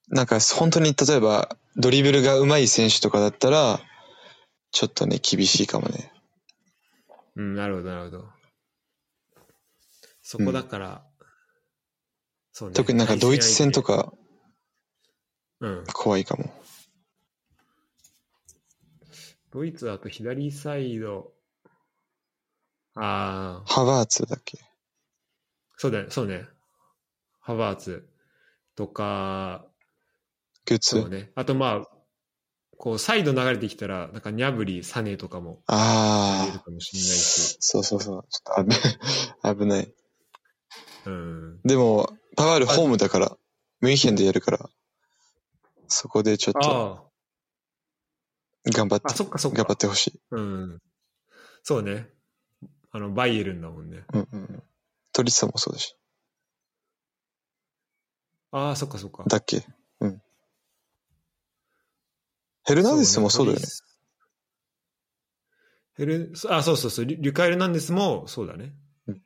Speaker 2: なんか、本当に例えば、ドリブルがうまい選手とかだったら、ちょっとね、厳しいかもね。
Speaker 1: うん、なるほど、なるほど。そこだから、そうね
Speaker 2: 特になんか、ドイツ戦と。か
Speaker 1: うん。
Speaker 2: 怖いかも。
Speaker 1: ドイツだと左サイド。ああ、
Speaker 2: ハバーツだっけ
Speaker 1: そうだね、そうね。ハバーツとか、
Speaker 2: グッズ、
Speaker 1: そうね。あとまあ、こう、サイド流れてきたら、なんか、ニャブリ、サネとかも入れる
Speaker 2: ああ。
Speaker 1: かもしれないし。
Speaker 2: そうそうそう。ちょっと [LAUGHS] 危危ない。
Speaker 1: うん。
Speaker 2: でも、パワールホームだから、ミュンヘンでやるから、そこでちょっと
Speaker 1: あ
Speaker 2: 頑張っ
Speaker 1: あ、あ、
Speaker 2: て、
Speaker 1: そっかそっ
Speaker 2: 頑張
Speaker 1: か
Speaker 2: っ。てほしい。
Speaker 1: うん。そうね。あの、バイエルンだもんね。
Speaker 2: うんうんうん。トリッサもそうだし。
Speaker 1: ああ、そっかそっか。
Speaker 2: だっけうん。ヘルナンデスもそうだよね。
Speaker 1: ヘル、あ、そうそうそう、リュリュカ・エルナンデスもそうだね。
Speaker 2: うん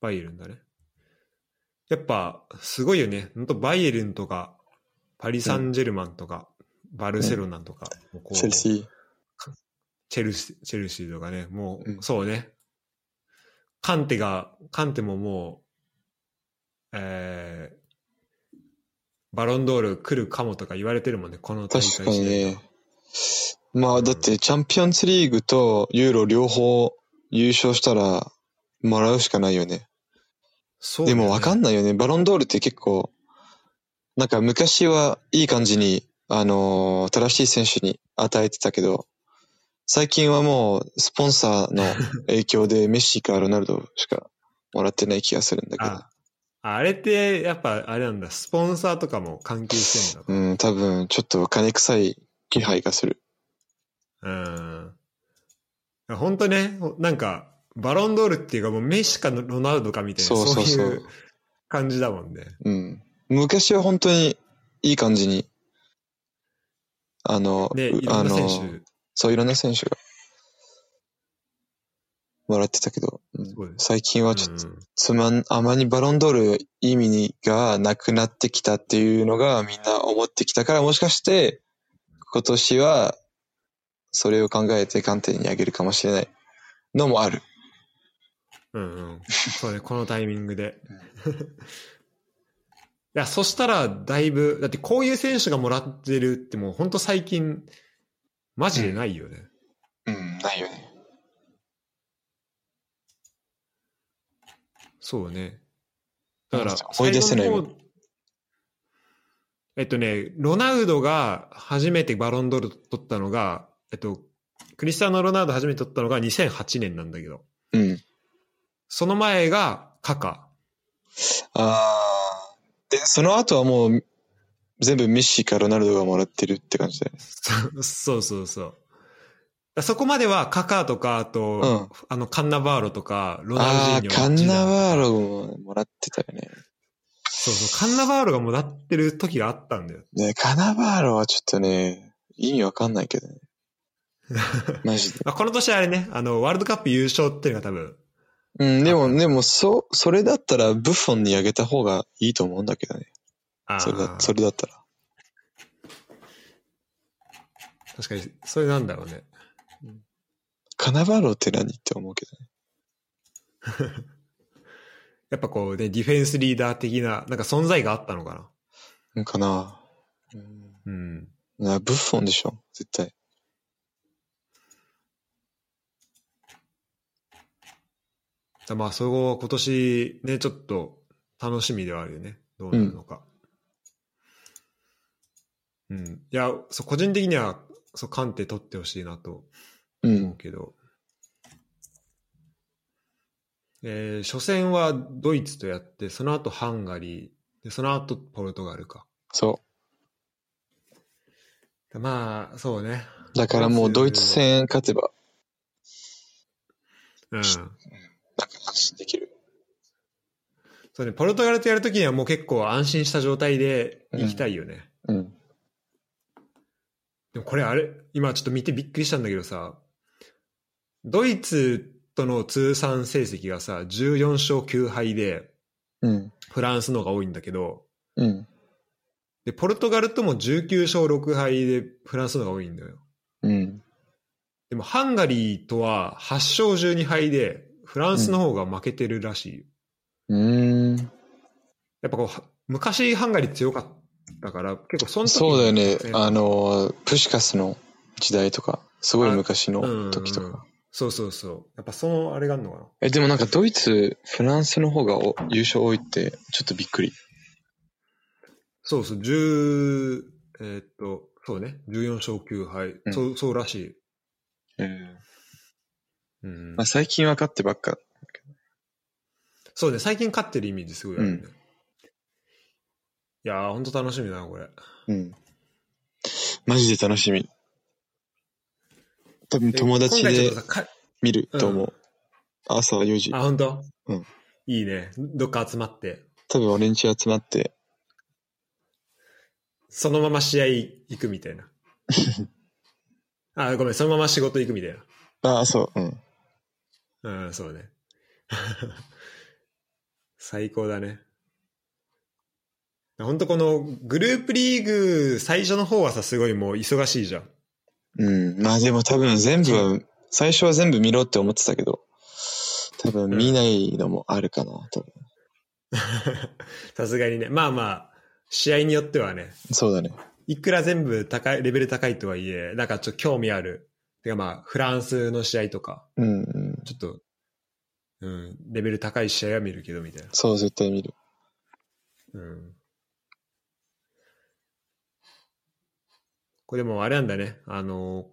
Speaker 1: バイエルンだね。やっぱ、すごいよね。本当バイエルンとか、パリ・サンジェルマンとか、バルセロナとか、もうこう
Speaker 2: チェルシー。
Speaker 1: チェルシー、チェルシーとかね、もう、
Speaker 2: うん
Speaker 1: そうね。カンテが、カンテももう、えーバロンドール来るかもとか言われてるもんね、この大会
Speaker 2: 確かに
Speaker 1: 次第
Speaker 2: ね
Speaker 1: は。
Speaker 2: ま
Speaker 1: う
Speaker 2: あ、
Speaker 1: ん
Speaker 2: だって、チャンピオンズリーグとユーロ両方優勝したら、もらうしかないよね。
Speaker 1: そうだ
Speaker 2: で
Speaker 1: よね
Speaker 2: もわかんないよね。バロンドールって結構、なんか昔はいい感じに、あのー正しい選手に与えてたけど、最近はもうスポンサーの影響でメッシかロナルドしかもらってない気がするんだけど
Speaker 1: [LAUGHS] あ、あれって、やっぱあれなんだ、スポンサーとかも関係してんだ。
Speaker 2: うん、多分ちょっと金臭い気配がする。
Speaker 1: うん。本当ね、なんか、バロンドールっていうか、もうメッシかロナウドかみたいな、
Speaker 2: そうそうそう
Speaker 1: い。う感じだもんね。
Speaker 2: うん。昔は本当にいい感じに、あの、
Speaker 1: ね、
Speaker 2: う
Speaker 1: いろ
Speaker 2: あ
Speaker 1: んな選手、
Speaker 2: の、そういろんな選手がもらってたけど、うん
Speaker 1: そうです
Speaker 2: 最近はちょっと
Speaker 1: うん
Speaker 2: つまん、あまりバロンドール意味にがなくなってきたっていうのがみんな思ってきたから、もしかして今年はそれを考えて観点にあげるかもしれないのもある。
Speaker 1: うんうん。そうね、このタイミングで。 [LAUGHS] いや、そしたら、だいぶ、だってこういう選手がもらってるってもう本当最近、マジでないよね。
Speaker 2: うん、ないよね。
Speaker 1: そうね。だから、
Speaker 2: 思い出せない
Speaker 1: 最後の方えっとね、ロナウドが初めてバロンドール取ったのが、えっと、クリスターノ・ロナウド初めて取ったのが2008年なんだけど、
Speaker 2: うん。
Speaker 1: その前がカカ。
Speaker 2: あーで、その後はもう全部メッシかロナルドがもらってるって感じだよね。
Speaker 1: そう [LAUGHS] そうそうそう。だそこまではカカとか、あと、あの、カンナバーロとか、ロナ
Speaker 2: あ
Speaker 1: ウジーニ
Speaker 2: ー
Speaker 1: ョ
Speaker 2: カンナ
Speaker 1: ジダ
Speaker 2: ワ
Speaker 1: ン
Speaker 2: ーロももらってたよね。
Speaker 1: そうそう、カンナバーロがもらってる時があったんだよ。
Speaker 2: ね、カナバーロはちょっとね、意味わかんないけ
Speaker 1: [LAUGHS]
Speaker 2: どね。マジで。
Speaker 1: まあ、この年あれね、あの、ワールドカップ優勝っていうのが多分、
Speaker 2: うん、でも、でも、そ、それだったら、ブッフォンにあげた方がいいと思うんだけどね。
Speaker 1: あー
Speaker 2: それだ、それだったら。
Speaker 1: 確かに、それなんだろうね。
Speaker 2: カナバロって何って思うけどね。
Speaker 1: やっぱこうね、ディフェンスリーダー的な、なんか存在があったのか
Speaker 2: うんかな。うん
Speaker 1: な。うん。
Speaker 2: なブッフォンでしょ絶対。
Speaker 1: だまあ、そこ、今年ね、ちょっと楽しみではあるよね。どうなるのか。うん。いや、そう個人的には、そう、鑑定取ってほしいなと
Speaker 2: う。
Speaker 1: 思うんけど。えー初戦はドイツとやって、その後ハンガリー、でその後ポルトガルか。
Speaker 2: そ
Speaker 1: だまあ、そうね。
Speaker 2: う。だからもうドイツ戦勝てば、
Speaker 1: うん。
Speaker 2: なんか安心できる。
Speaker 1: そうね、ポルトガルとやるときにはもう結構安心した状態で行きたいよね。
Speaker 2: うん。
Speaker 1: でもこれあれ、今ちょっと見てびっくりしたんだけどさ、ドイツとの通算成績がさ、14勝9敗で、
Speaker 2: うん。
Speaker 1: フランスの方が多いんだけど、
Speaker 2: うん。
Speaker 1: で、ポルトガルとも19勝6敗で、フランスの方が多いんだよ。
Speaker 2: うん。
Speaker 1: でも、ハンガリーとは8勝12敗で、フランスの方が負けてるらしいよ。
Speaker 2: うーん。
Speaker 1: やっぱこうは、昔ハンガリー強かったから、結構その時
Speaker 2: そうだよね。
Speaker 1: ね
Speaker 2: あの、プシカスの時代とか、すごい昔
Speaker 1: うん
Speaker 2: の時と
Speaker 1: うん
Speaker 2: か。
Speaker 1: そうそうそう。やっぱそのあれがあるのかな。
Speaker 2: え、でもなんかドイツ、フランスの方がお優勝多いって、ちょっとびっくり。
Speaker 1: そうそう、10、えーっと、そうね、14勝9敗、
Speaker 2: うん
Speaker 1: そう、そうらしい。
Speaker 2: うん。
Speaker 1: うん
Speaker 2: まあ、最近分かってばっか。
Speaker 1: そうね、最近勝ってるイメージすごいあるね。
Speaker 2: うん
Speaker 1: いやー、ほんと楽しみだな、これ。
Speaker 2: うん。マジで楽しみ。多分友達
Speaker 1: 今回ちょっと
Speaker 2: で
Speaker 1: さか
Speaker 2: 見ると思う。朝4時。
Speaker 1: あ、ほんと
Speaker 2: うん
Speaker 1: いいね。どっか集まって、
Speaker 2: 多分俺んち集まって。
Speaker 1: そのまま試合行くみたい
Speaker 2: [LAUGHS]
Speaker 1: な。あ、ごめん、そのまま仕事行くみたい
Speaker 2: ああ、そう。うん。
Speaker 1: な。うん、そうね。 [LAUGHS] 最高だね。ほんとこのグループリーグ最初の方はさ、すごいもう忙しいじゃん。 [LAUGHS]
Speaker 2: うん。まあでも多分全部、最初は全部見ろって思ってたけど、多分見ないのもあるかな、多分。
Speaker 1: さすがにね。まあまあ、試合によってはね、
Speaker 2: そうだね。
Speaker 1: いくら全部高い、レベル高いとはいえ、なんかちょっと興味ある。てかまあ、フランスの試合とか、
Speaker 2: うん、うん。
Speaker 1: ちょっと、うん、レベル高い試合は見るけど、みたいな。
Speaker 2: そう、絶対見る。
Speaker 1: うん。これでもあれなんだね。あの、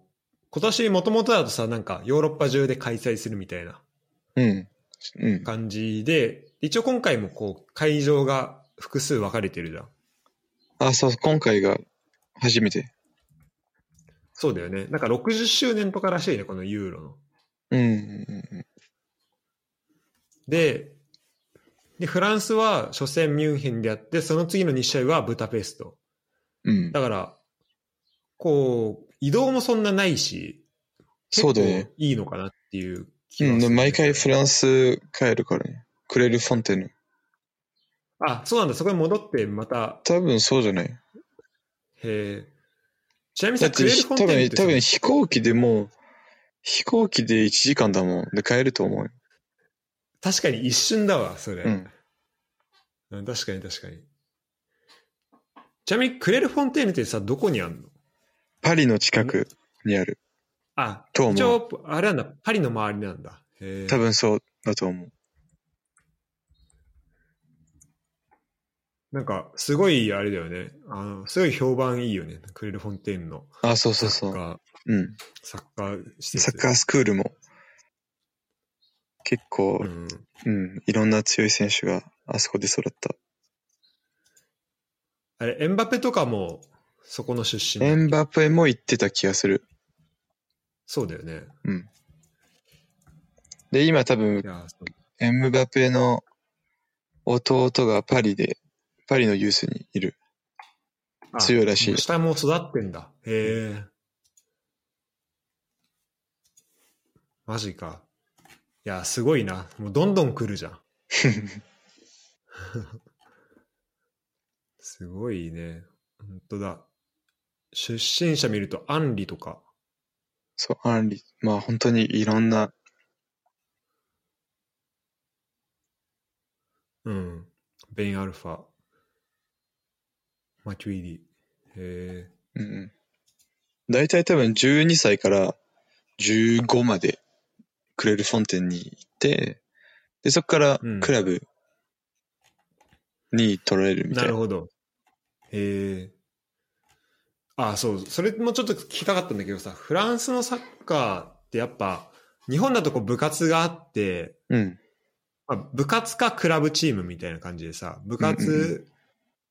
Speaker 1: 今年もともとだとさ、なんかヨーロッパ中で開催するみたいな
Speaker 2: うん。うん。
Speaker 1: 感じで、一応今回もこう、会場が複数分かれてるじゃん。
Speaker 2: あ、そう、今回が初めて。
Speaker 1: そうだよね。なんか60周年とからしいね、このユーロの。
Speaker 2: うん、うんうん。
Speaker 1: で、で、フランスは初戦ミュンヘンでやって、その次の2試合はブダペスト。
Speaker 2: うん。
Speaker 1: だから、こう、移動もそんなないし、結
Speaker 2: そう
Speaker 1: 構
Speaker 2: だよね
Speaker 1: いいのかなっていう気
Speaker 2: う
Speaker 1: が
Speaker 2: ん、
Speaker 1: す
Speaker 2: で
Speaker 1: る、
Speaker 2: 毎回フランス帰るからね。クレルフォンテヌ。
Speaker 1: あ、そうなんだ。そこに戻ってまた、
Speaker 2: 多分そうじゃない。
Speaker 1: へえ。ちなみにさ、
Speaker 2: だって
Speaker 1: クレルフォ
Speaker 2: 多
Speaker 1: ンテンっ
Speaker 2: 分、
Speaker 1: て
Speaker 2: 多分
Speaker 1: さ
Speaker 2: 飛行機でもう、飛行機で1時間だもん。で、帰ると思うよ。
Speaker 1: 確かに一瞬だわ、それ。
Speaker 2: うん。
Speaker 1: うん、確かに確かに。ちなみにクレルフォンテーヌってさ、どこにあんの
Speaker 2: パリの近くにある
Speaker 1: あ、
Speaker 2: と思
Speaker 1: 一
Speaker 2: う。
Speaker 1: 応、あれなんだ、パリの周りなんだ。へえ
Speaker 2: 多分そうだと思う。
Speaker 1: なんか、すごい、あれだよね。あの、すごい評判いいよね。クレルフォンテーヌの
Speaker 2: あ、そう
Speaker 1: サ
Speaker 2: そ
Speaker 1: ッ
Speaker 2: うそう。
Speaker 1: カー、
Speaker 2: うん。
Speaker 1: サッカー施設。
Speaker 2: サッカースクールも、結構
Speaker 1: う、ん。
Speaker 2: うん、いろんな強い選手があそこで育った。
Speaker 1: あれ、エンバペとかも、そこの出身
Speaker 2: エンバペも行ってた気がする。
Speaker 1: そうだよね。
Speaker 2: で、今多分
Speaker 1: い、や、そう
Speaker 2: エムバペの弟がパリで、パリのユースにいる。
Speaker 1: あ
Speaker 2: 強いらしい
Speaker 1: 下も育ってんだ。へえ。マジか。いや、すごいな。もうどんどん来るじゃん。すごいね。本当だ。出身者見ると、アンリとか。
Speaker 2: [LAUGHS] そう、アンリ。まあ本当にいろんな、
Speaker 1: うん。ベイン・アルファ。マキュイリー。へえ。
Speaker 2: うんうん。大体多分12歳から15までクレルフォンテンに行って、で、そこから
Speaker 1: うん
Speaker 2: クラブに取られるみた
Speaker 1: ない
Speaker 2: な。
Speaker 1: るほど。へえ。あ、そう、それもちょっと聞きたかったんだけどさ、フランスのサッカーってやっぱ、日本だとこう部活があって、
Speaker 2: うん。
Speaker 1: まあ、部活かクラブチームみたいな感じでさ、部
Speaker 2: うんうん
Speaker 1: 活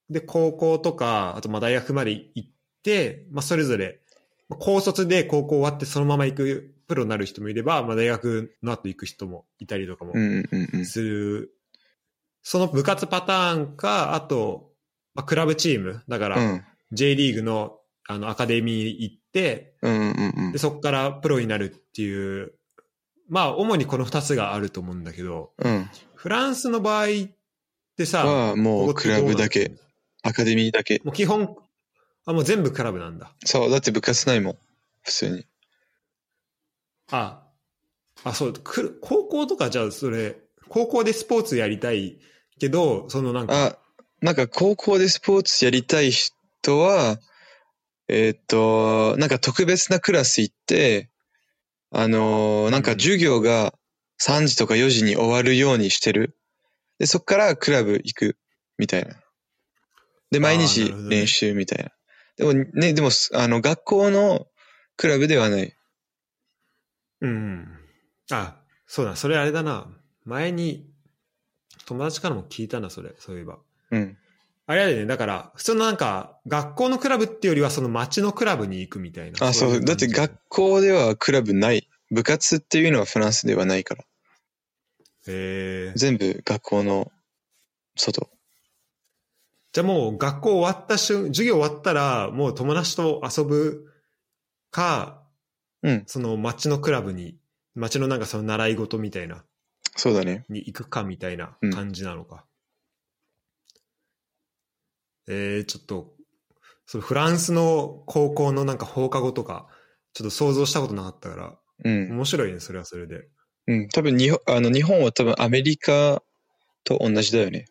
Speaker 1: で高校とか、あとまあ大学まで行って、まあ、それぞれ、まあ高卒で高校終わってそのまま行くプロになる人もいれば、まあ、大学の後行く人もいたりとかも
Speaker 2: うんうんうんうん。
Speaker 1: する、その部活パターンか、あと、まあ、クラブチーム、だか
Speaker 2: う
Speaker 1: ら
Speaker 2: ん
Speaker 1: J リーグのあのアカデミー行って、
Speaker 2: うんうんうん
Speaker 1: でそこからプロになるっていう、まあ主にこの2つがあると思うんだけど、
Speaker 2: うん。うん。
Speaker 1: フランスの場合ってさ、
Speaker 2: はも
Speaker 1: こ
Speaker 2: う
Speaker 1: こっ
Speaker 2: ク
Speaker 1: てど
Speaker 2: ラ
Speaker 1: うな
Speaker 2: ブ
Speaker 1: ん
Speaker 2: だけ、。アカデミーだけ。
Speaker 1: もう基本、あ、もう全部クラブなんだ。
Speaker 2: そう、だって部活ないもん。普通に。
Speaker 1: あ、あ、そう、くる高校とかじゃあそれ、高校でスポーツやりたいけど、そのなんか、
Speaker 2: あ、なんか高校でスポーツやりたい人は、えーっと、なんか特別なクラス行って、あのーなんか授業が3時とか4時に終わるようにしてる。で、そっからクラブ行く、みたいな。で、毎
Speaker 1: あーな
Speaker 2: 日
Speaker 1: るほどね
Speaker 2: 練習みたいな。でもね、でも、すあの、学校のクラブではない。
Speaker 1: うん。あ、そうだ、それあれだな。前に、友達からも聞いたな、それ、そういえば。
Speaker 2: うん。
Speaker 1: あれやでね、だから、普通のなんか、学校のクラブっていうよりは、その街のクラブに行くみたいな。
Speaker 2: あ、そう。
Speaker 1: い
Speaker 2: だ
Speaker 1: 感
Speaker 2: って
Speaker 1: じ
Speaker 2: 学校ではクラブない。部活っていうのはフランスではないから。
Speaker 1: へえ
Speaker 2: 全部学校の外。
Speaker 1: じゃあもう学校終わった瞬、授業終わったら、もう友達と遊ぶか、
Speaker 2: うん
Speaker 1: その街のクラブに、街のなんかその習い事みたいな、
Speaker 2: そうだね。
Speaker 1: に行くかみたいな
Speaker 2: うん
Speaker 1: 感じなのか。えー、ちょっと、そのフランスの高校のなんか放課後とか、ちょっと想像したことなかったから、
Speaker 2: うん。
Speaker 1: 面白いね、それはそれで。
Speaker 2: うん。多分日本、あの、日本は多分アメリカと同じだよね。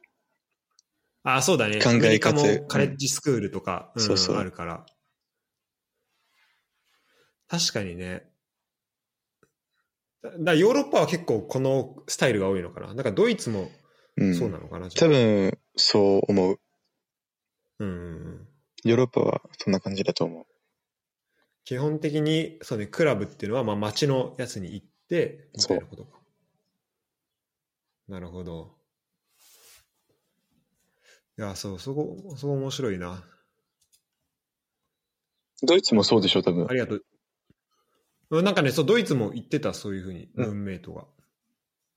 Speaker 1: ああ、そうだね。
Speaker 2: 考え方
Speaker 1: アメリカもカレッジスクールとか、
Speaker 2: うん
Speaker 1: うん
Speaker 2: そうそう
Speaker 1: あるから。確かにね。だだヨーロッパは結構このスタイルが多いのかな。なんかドイツも
Speaker 2: うん。
Speaker 1: そうなのかな、じゃ
Speaker 2: 多
Speaker 1: あ
Speaker 2: 分、そう思う。
Speaker 1: うんうんうん。
Speaker 2: ヨーロッパはそんな感じだと思う。
Speaker 1: 基本的にそう、ね、クラブっていうのは、まあ、街のやつに行ってみたいなことか。なるほど。いや、そう、そこ、そこ面白いな。
Speaker 2: ドイツもそうでしょ、多分
Speaker 1: あ。りがとううん。なんかね、そう、ドイツも行ってた、そういうふうに、
Speaker 2: うん
Speaker 1: 運命とが。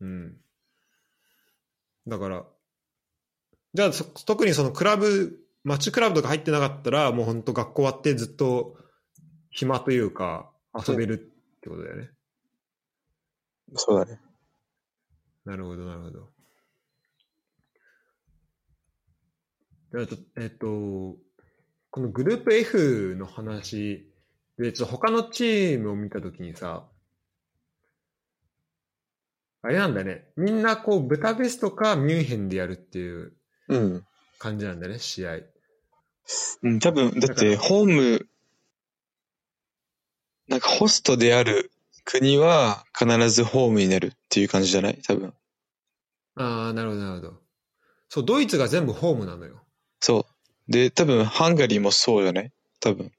Speaker 1: うん。だから、じゃあ、そ特にそのクラブ、マッチクラブとか入ってなかったら、もう本当学校終わってずっと暇というか、遊べるってことだよね。
Speaker 2: そうだね。
Speaker 1: なるほど、なるほど。ではちょっとえっと、このグループ F の話で、ちょっと他のチームを見たときにさ、あれなんだね。みんなこう、ブタペストかミュンヘンでやるっていう
Speaker 2: うん。
Speaker 1: 感じなんだね、試合。
Speaker 2: うん、多分、だっ
Speaker 1: だから
Speaker 2: て、ホーム、なんかホストである国は必ずホームになるっていう感じじゃない多分。
Speaker 1: ああ、なるほど、なるほど。そう、ドイツが全部ホームなのよ。
Speaker 2: そう。で、多分、ハンガリーもそうよね。多分。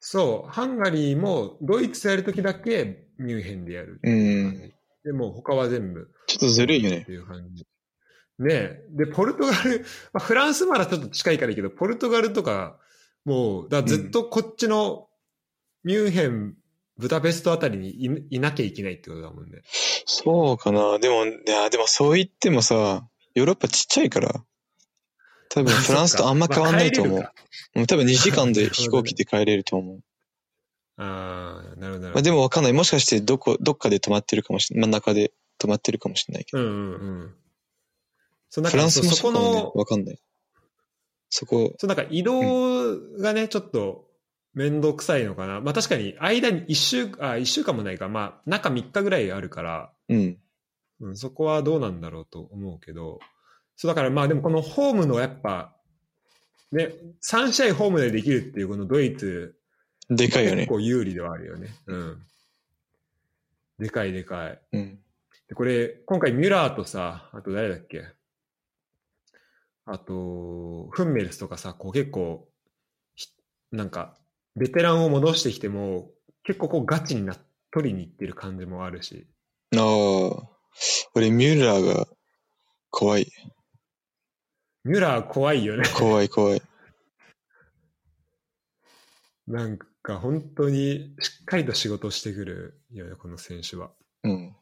Speaker 1: そう、ハンガリーもドイツやるときだけミュンヘンでやるっていう感じ。でもう他は全部
Speaker 2: ちょっとずるいよ
Speaker 1: っ
Speaker 2: ね。
Speaker 1: ていう感じ。ねえ。で、ポルトガル、まあ、フランスまだちょっと近いからいいけど、ポルトガルとか、もう、だからずっとこっちのミュンヘン、ブダペストあたりにいいなきゃいけないってことだもんね。
Speaker 2: そうかな。でも、いや、でもそう言ってもさ、ヨーロッパちっちゃいから、多分フランスとあんま変わんないと思
Speaker 1: [LAUGHS]
Speaker 2: う。
Speaker 1: まあそっか
Speaker 2: うん多分2時間
Speaker 1: な
Speaker 2: で
Speaker 1: るほどね
Speaker 2: 飛行機で帰れると思う。
Speaker 1: あああ、なるほどなる
Speaker 2: ま
Speaker 1: ほ
Speaker 2: あ、
Speaker 1: ど。
Speaker 2: でもわかんない。もしかしてどこ、どっかで止まってるかもしれない。真ん中で止まってるかもしれないけ
Speaker 1: う
Speaker 2: ど。
Speaker 1: んうんうん。そうなん
Speaker 2: フ
Speaker 1: か
Speaker 2: ランス
Speaker 1: そ
Speaker 2: も
Speaker 1: そこ
Speaker 2: そうかもね
Speaker 1: の、
Speaker 2: わかんない。そこ、
Speaker 1: そうなんか移動がね、ちょっと面倒くさいのかな。まあ確かに間に1週、あ、1週間もないか、まあ中3日ぐらいあるから、
Speaker 2: うん。
Speaker 1: うん、そこはどうなんだろうと思うけど、そうだからまあでもこのホームのやっぱ、ね、3試合ホームでできるっていうこのドイツ、
Speaker 2: でかいよ
Speaker 1: 結
Speaker 2: ね。
Speaker 1: 構有利ではあるよね。うん。でかいでかい。
Speaker 2: うん。
Speaker 1: で、これ、今回ミュラーとさ、あと誰だっけあと、フンメルスとかさ、こう結構、ひなんか、ベテランを戻してきても、結構こうガチにな、取りに行ってる感じもあるし。
Speaker 2: ああ。俺、ミューラーが怖い。
Speaker 1: ミュラー怖いよね。
Speaker 2: 怖い怖い。
Speaker 1: なんか本当にしっかりと仕事してくるよね、この選手は。
Speaker 2: うん。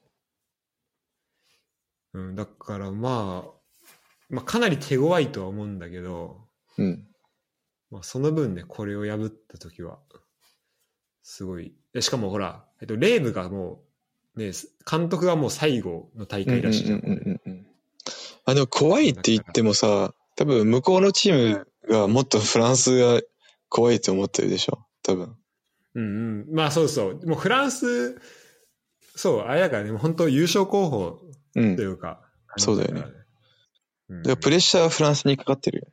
Speaker 1: うん、だからまあ、まあかなり手強いとは思うんだけど、
Speaker 2: うん。
Speaker 1: まあ、その分ね、これを破ったときは、すごい。えしかもほら、えっと、レーブがもう、ね、す監督がもう最後の大
Speaker 2: うんう
Speaker 1: 会
Speaker 2: んう
Speaker 1: らしいじゃん。
Speaker 2: んうんうん。あ、でも怖いって言ってもさ、多分向こうのチームがもっとフランスが怖いと思ってるでしょ。多分。
Speaker 1: うんうん。まあそうそう。もうフランス、そう、あれだからね、もう本当優勝候補
Speaker 2: うん
Speaker 1: とい。うか。
Speaker 2: そうだよね
Speaker 1: 感じからね。
Speaker 2: だからプレッシャーはフランスにかかってるよ。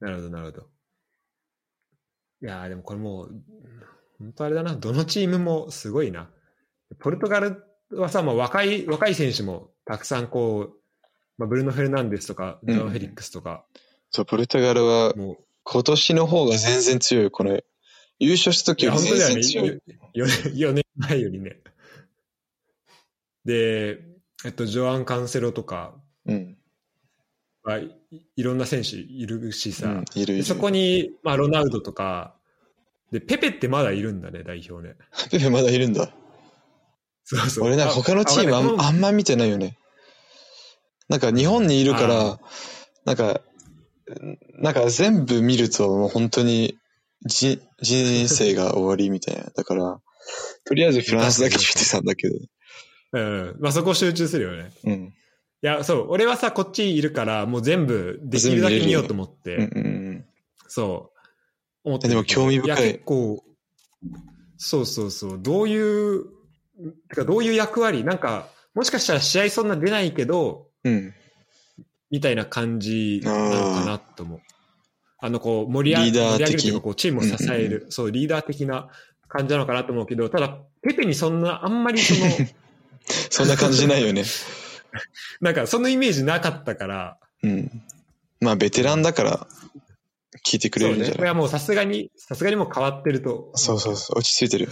Speaker 1: うん、なるほど、なるほど。いやーでもこれもう、本当あれだな、どのチームもすごいな。ポルトガルはさ、まあ、若い、若い選手もたくさんこう、まあ、ブルーノ・フェルナンデスとか、ジョ
Speaker 2: うん
Speaker 1: ン・フェリックスとか、
Speaker 2: そう、ポルトガルは
Speaker 1: もう
Speaker 2: 今年の方が全然強い。これ、優勝した時
Speaker 1: いや
Speaker 2: より
Speaker 1: 本当だよ
Speaker 2: 全然
Speaker 1: ね
Speaker 2: 強い。
Speaker 1: 4年、四年前よりね。で、えっと、ジョアン・カンセロとか
Speaker 2: うん。
Speaker 1: はい、いろんな選手いるし
Speaker 2: う
Speaker 1: さ、
Speaker 2: ん、いるい
Speaker 1: で
Speaker 2: る。
Speaker 1: そこに、まあ、ロナウドとか、で、ペペってまだいるんだね、代表ね。
Speaker 2: ペペ [LAUGHS] まだいるんだ。
Speaker 1: そうそう。
Speaker 2: 俺なんか他のチームあ
Speaker 1: あわかん
Speaker 2: ん
Speaker 1: ない
Speaker 2: あんま見てないよね。なんか日本にいるか
Speaker 1: あ
Speaker 2: ら、なんか、なんか全部見るともう本当にじ人生が終わりみたいな。だから、とりあえずフランスだけ見てたんだけど。
Speaker 1: うん。まあ、そこ集中するよね。
Speaker 2: うん。
Speaker 1: いや、そう、俺はさ、こっちいるから、もう全部、できるだけ見ようと思って、
Speaker 2: うんうんうん。
Speaker 1: そう。思ってる
Speaker 2: でも興味深い
Speaker 1: や、結構、そうそうそう。どういう、てかどういう役割なんか、もしかしたら試合そんな出ないけど、
Speaker 2: うん。
Speaker 1: みたいな感じなのかなと思う。あの、こう、盛り上
Speaker 2: リーダ
Speaker 1: 盛
Speaker 2: ー
Speaker 1: り上
Speaker 2: 的
Speaker 1: げるというか、こう、チームを支え
Speaker 2: うん
Speaker 1: る、そう、リーダー的な感じなのかなと思うけど、ただ、ペペにそんな、あんまりその、
Speaker 2: そんな感じないよね。 [LAUGHS]
Speaker 1: なんか、そのイメージなかったから、
Speaker 2: うん。まあベテランだから聞いてくれ
Speaker 1: そ
Speaker 2: る
Speaker 1: うん
Speaker 2: じ
Speaker 1: ね。
Speaker 2: ゃ
Speaker 1: こ
Speaker 2: な
Speaker 1: れ
Speaker 2: い
Speaker 1: はもうさすがに、さすがにもう変わってると。
Speaker 2: そうそうそう。落ち着いてる。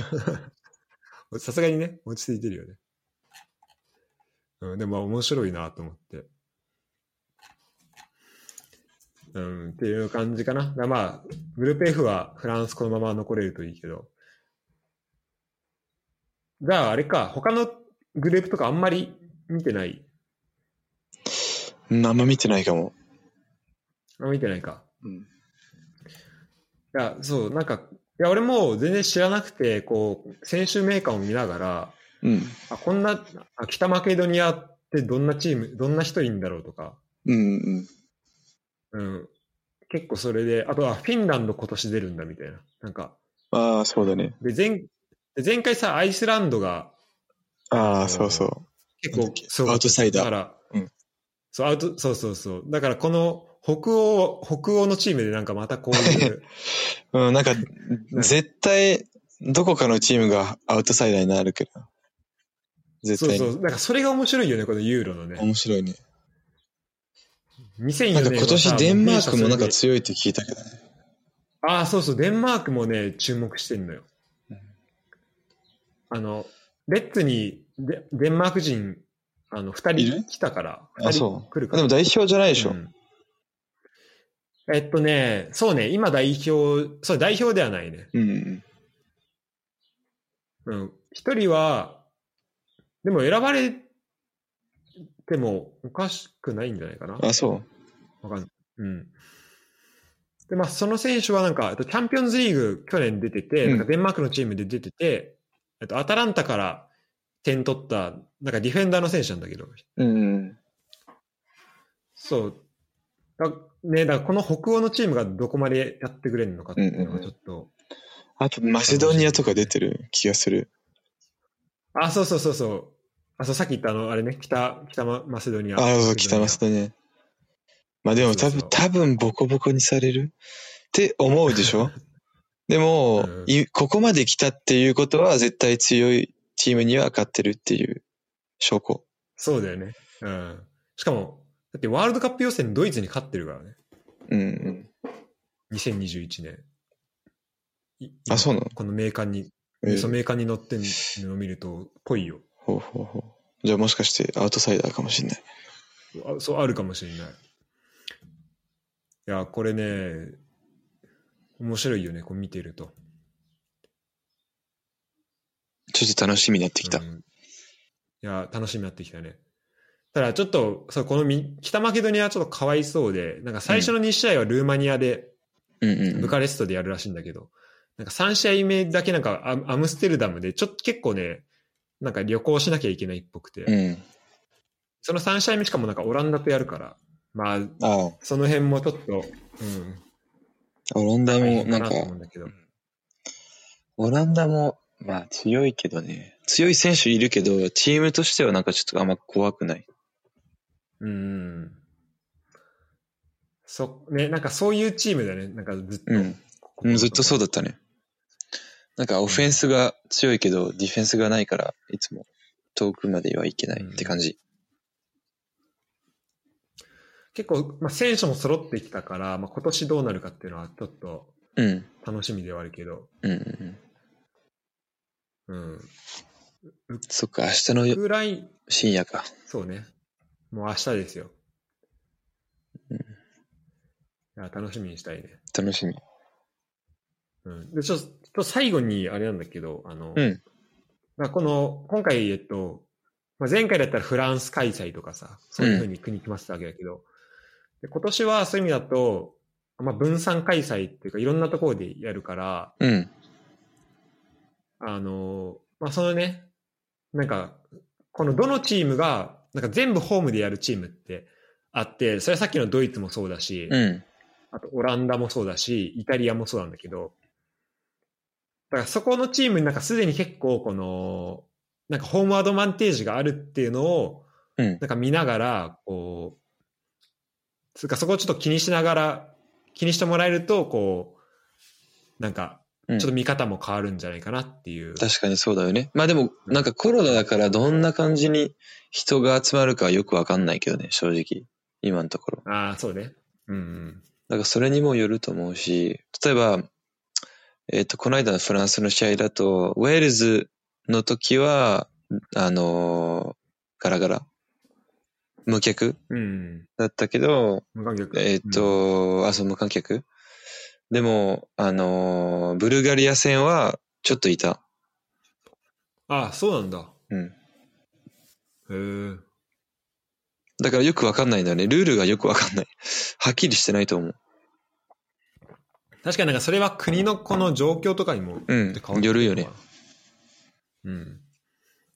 Speaker 1: さすがにね、落ち着いてるよね。うん、でもまあ面白いなと思って。うん、っていう感じかな。だからまあ、グループ F はフランスこのまま残れるといいけど。じゃああれか、他のグループとかあんまり見てない
Speaker 2: うんあんま見てないかも。
Speaker 1: あ見てないか。
Speaker 2: うん。
Speaker 1: いや、そう、なんか、いや、俺も全然知らなくて、こう、選手メーカーを見ながら、
Speaker 2: うん。
Speaker 1: あ、こんな、あ北マケドニアってどんなチーム、どんな人いるんだろうとか、
Speaker 2: うんうん。
Speaker 1: うん。結構それで、あとはフィンランド今年出るんだみたいな。なんか、
Speaker 2: ああ、そうだね。
Speaker 1: で、前、で前回さ、アイスランドが
Speaker 2: あ
Speaker 1: う
Speaker 2: あ、
Speaker 1: ん
Speaker 2: そうそう。
Speaker 1: 結
Speaker 2: なんだ
Speaker 1: 構
Speaker 2: っけ、
Speaker 1: そう
Speaker 2: アウトサイダー
Speaker 1: だから、
Speaker 2: うん
Speaker 1: そう、アウト、そうそうそう。だからこの北欧、北欧のチームでなんかまたこう
Speaker 2: [LAUGHS]
Speaker 1: いう、
Speaker 2: うん、なんか、絶対、どこかのチームがアウトサイダーになるけど。絶
Speaker 1: そう
Speaker 2: 対
Speaker 1: そ
Speaker 2: に。
Speaker 1: う、なんかそれが面白いよね、このユーロのね。
Speaker 2: 面白いね。
Speaker 1: 2004年
Speaker 2: なん
Speaker 1: は
Speaker 2: か
Speaker 1: さ
Speaker 2: 今年デンマークもなん
Speaker 1: も
Speaker 2: か
Speaker 1: う
Speaker 2: 強いって聞いたけどね。
Speaker 1: ああ、そうそう、デンマークもね、注目してんのよ
Speaker 2: うん。
Speaker 1: あの、レッツにデデンマーク人、あの、二
Speaker 2: いる
Speaker 1: 人来たから、二
Speaker 2: あ、
Speaker 1: 人
Speaker 2: そ
Speaker 1: 来る
Speaker 2: う。
Speaker 1: から
Speaker 2: でも。代表じゃないでしょ。
Speaker 1: うんえっとね、そうね、今代表、そう、代表ではないね。
Speaker 2: うんうん。
Speaker 1: うん。一人は、でも選ばれてもおかしくないんじゃないかな。
Speaker 2: あ、そう。
Speaker 1: わかんない。うん。で、まあ、その選手はなんか、えっとチャンピオンズリーグ去年出てて、
Speaker 2: うん
Speaker 1: なんかデンマークのチームで出てて、えっと、アタランタから点取った、なんかディフェンダーの選手なんだけど、
Speaker 2: うん。
Speaker 1: そう。だね、だからこの北欧のチームがどこまでやってくれるのかっていうの
Speaker 2: うんうんう
Speaker 1: がちょ
Speaker 2: ん
Speaker 1: っと、
Speaker 2: あと、マセドニアとか出てる気がする。
Speaker 1: あ、そうそうそうそう。あ、そう、さっき言ったあの、あれね、北、北ママセドニア。
Speaker 2: ああ、そう、北マセドニア。まあでも多分、
Speaker 1: そうそう
Speaker 2: 多分ボコボコにされるって思うでしょでも、
Speaker 1: うん
Speaker 2: いここまで来たっていうことは絶対強いチームには勝ってるっていう証拠。
Speaker 1: そうだよね。うん。しかも、だってワールドカップ予選ドイツに勝ってるからね。
Speaker 2: うんうん。
Speaker 1: 2021年。い
Speaker 2: あ、そうなの
Speaker 1: このメーカーに、
Speaker 2: ええ
Speaker 1: そのメーカーに乗ってるのを見ると、ぽいよ。
Speaker 2: ほうほうほう。じゃあもしかしてアウトサイダーかもしれない。
Speaker 1: あそう、あるかもしれない。いや、これね、面白いよね、こう見てると。
Speaker 2: ちょっと楽しみになってきた。
Speaker 1: うんいや、楽しみになってきたね。ただちょっと、そうこのみ北マケドニアはちょっとかわいそうで、なんか最初の2試合はルーマニアで、
Speaker 2: うんうん。
Speaker 1: ブカレストでやるらしいんだけど、なんか3試合目だけなんかアアムステルダムで、ちょっと結構ね、なんか旅行しなきゃいけないっぽくて、
Speaker 2: うん。
Speaker 1: その3試合目しかもなんかオランダとやるから、まあ、
Speaker 2: ああ、
Speaker 1: その辺もちょっと、うん、
Speaker 2: オランダ
Speaker 1: 大
Speaker 2: も、
Speaker 1: 変
Speaker 2: な
Speaker 1: かな
Speaker 2: んか
Speaker 1: と、思うんだけど、
Speaker 2: オランダも、まあ強いけどね。強い選手いるけど、チームとしてはなんかちょっとあんま怖くない。
Speaker 1: うん。そ、ね、なんかそういうチームだよね、なんかずっと。
Speaker 2: うん
Speaker 1: ここ
Speaker 2: うん、
Speaker 1: の
Speaker 2: ずっとそう
Speaker 1: だ。
Speaker 2: だったね。なんかオフェンスが強いけど、ディフェンスがないから、いつも遠くまではいけないって感じ。
Speaker 1: 結構、まあ、選手も揃ってきたから、まあ、今年どうなるかっていうのはちょっと
Speaker 2: うん。うん
Speaker 1: 楽しみではあるけど、
Speaker 2: うんうん。
Speaker 1: うん。
Speaker 2: そっか、明日の
Speaker 1: ぐらい、
Speaker 2: 深夜か。
Speaker 1: そうね。もう明日ですよ。
Speaker 2: うん
Speaker 1: いや楽しみにしたいね。
Speaker 2: 楽しみ。
Speaker 1: うん。で、ちょちょっと最後にあれなんだけど、あの、
Speaker 2: うん
Speaker 1: まあこの、今回、えっと、まあ、前回だったらフランス開催とかさ、そういうふうに国決まってたわけだけど、で今年はそういう意味だと、まあ、分散開催っていうか、いろんなところでやるから、
Speaker 2: うん。
Speaker 1: あの、まあ、そのね、なんか、このどのチームが、なんか全部ホームでやるチームってあって、それはさっきのドイツもそうだし、
Speaker 2: うん。
Speaker 1: あとオランダもそうだし、イタリアもそうなんだけど、だからそこのチームになんかすでに結構この、なんかホームアドバンテージがあるっていうのを、
Speaker 2: うん
Speaker 1: なんか見ながら、こう、つうかそこをちょっと気にしながら、気にしてもらえると、こう、なんか、
Speaker 2: うん
Speaker 1: ちょっと見方も変わるんじゃないかなっていう。
Speaker 2: 確かにそうだよね。まあでも、なんかコロナだからどんな感じに人が集まるかはよくわかんないけどね、正直。今のところ。
Speaker 1: ああ、そうね。うん
Speaker 2: だからそれにもよると思うし、例えば、えっ、と、この間のフランスの試合だと、ウェールズの時は、あのーガラガラ、無客
Speaker 1: うん。うん。
Speaker 2: だったけど、
Speaker 1: 無観客。
Speaker 2: えっ、と、あ、そう、無観客でも、あのーブルガリア戦は、ちょっといた。
Speaker 1: うんああ、そうなんだ。
Speaker 2: うん。
Speaker 1: へえ。
Speaker 2: だからよくわかんないんだよね。ルールがよくわかんない。はっきりしてないと思う。
Speaker 1: 確かになんかそれは国のこの状況とかにも
Speaker 2: うん
Speaker 1: って変わって
Speaker 2: よ
Speaker 1: く
Speaker 2: る
Speaker 1: る
Speaker 2: よ
Speaker 1: の
Speaker 2: ね
Speaker 1: か。な。うん。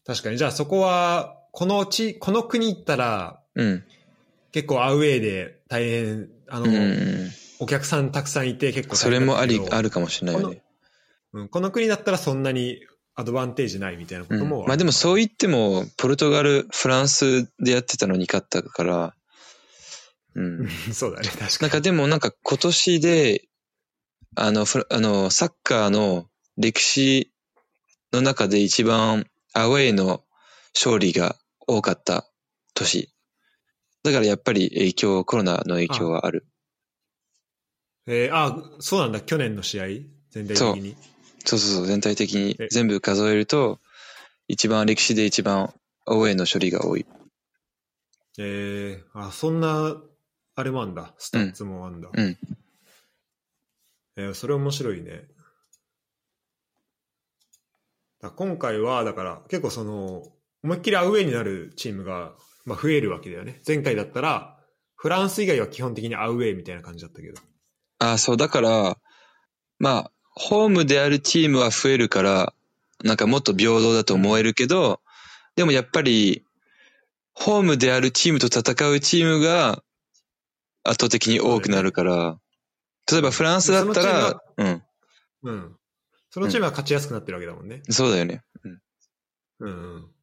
Speaker 1: 確かに。じゃあそこは、この地、この国行ったら、
Speaker 2: うん。
Speaker 1: 結構アウェーで大変、あの、
Speaker 2: うんうん。
Speaker 1: お客さんたくさんいて結構
Speaker 2: そ
Speaker 1: 大
Speaker 2: れ
Speaker 1: 変
Speaker 2: も
Speaker 1: だ
Speaker 2: あ
Speaker 1: ったけ
Speaker 2: り
Speaker 1: ど、
Speaker 2: あるかもしれないよね。
Speaker 1: うん。この国だったらそんなにアドバンテージないみたいなこ
Speaker 2: う
Speaker 1: と
Speaker 2: ん
Speaker 1: も、
Speaker 2: まあでもそう言っても、ポルトガル、フランスでやってたのに勝ったから、うん。
Speaker 1: [LAUGHS] そうだね、確か
Speaker 2: なん
Speaker 1: に。
Speaker 2: かでもなんか今年で、あの、フラあの、サッカーの歴史の中で一番アウェイの勝利が多かった年。だからやっぱり影響、コロナの影響はある。
Speaker 1: えーあ、そうなんだ、去年の試合全体的に。
Speaker 2: そうそうそう、全体的に
Speaker 1: え
Speaker 2: 全部数えると、一番歴史で一番アウェイの処理が多い。
Speaker 1: えー、あ、そんな、あれもあんだ。スタッツもあんだ。
Speaker 2: うん
Speaker 1: えーそれ面白いね。だ今回は、だから、結構その、思いっきりアウェイになるチームが、まあ、増えるわけだよね。前回だったら、フランス以外は基本的にアウェイみたいな感じだったけど。
Speaker 2: あ、そう、だから、まあ、ホームであるチームは増えるから、なんかもっと平等だと思えるけど、でもやっぱり、ホームであるチームと戦うチームが圧倒的に多くなるから、例えばフランスだったら、うん、
Speaker 1: うん。そのチームは勝ちやすくなってるわけだもんね。
Speaker 2: そうだよね。うん
Speaker 1: うん、うん。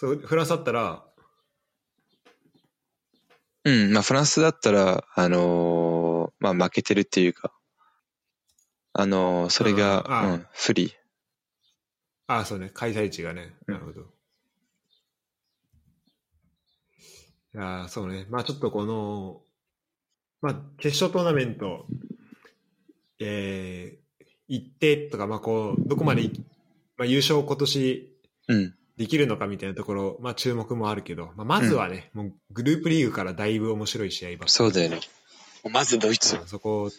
Speaker 1: そうフランスだったら、
Speaker 2: うん、まあフランスだったら、あのーまあ負けてるっていうか、あのーそれ
Speaker 1: うんあ
Speaker 2: が、うん、不利。
Speaker 1: ああ、そうね、開催地がね。
Speaker 2: うん
Speaker 1: なるほど。いやーそうね。まあちょっとこの、まあ決勝トーナメント、えー、行ってとか、まあこう、どこまでい、まあ、優勝今年
Speaker 2: うん、
Speaker 1: できるのかみたいなところ、まあ注目もあるけど、まあまずはね、もうグループリーグからだいぶ面白い試合ばっかり
Speaker 2: そうだよね。まずドイツ
Speaker 1: うんそこを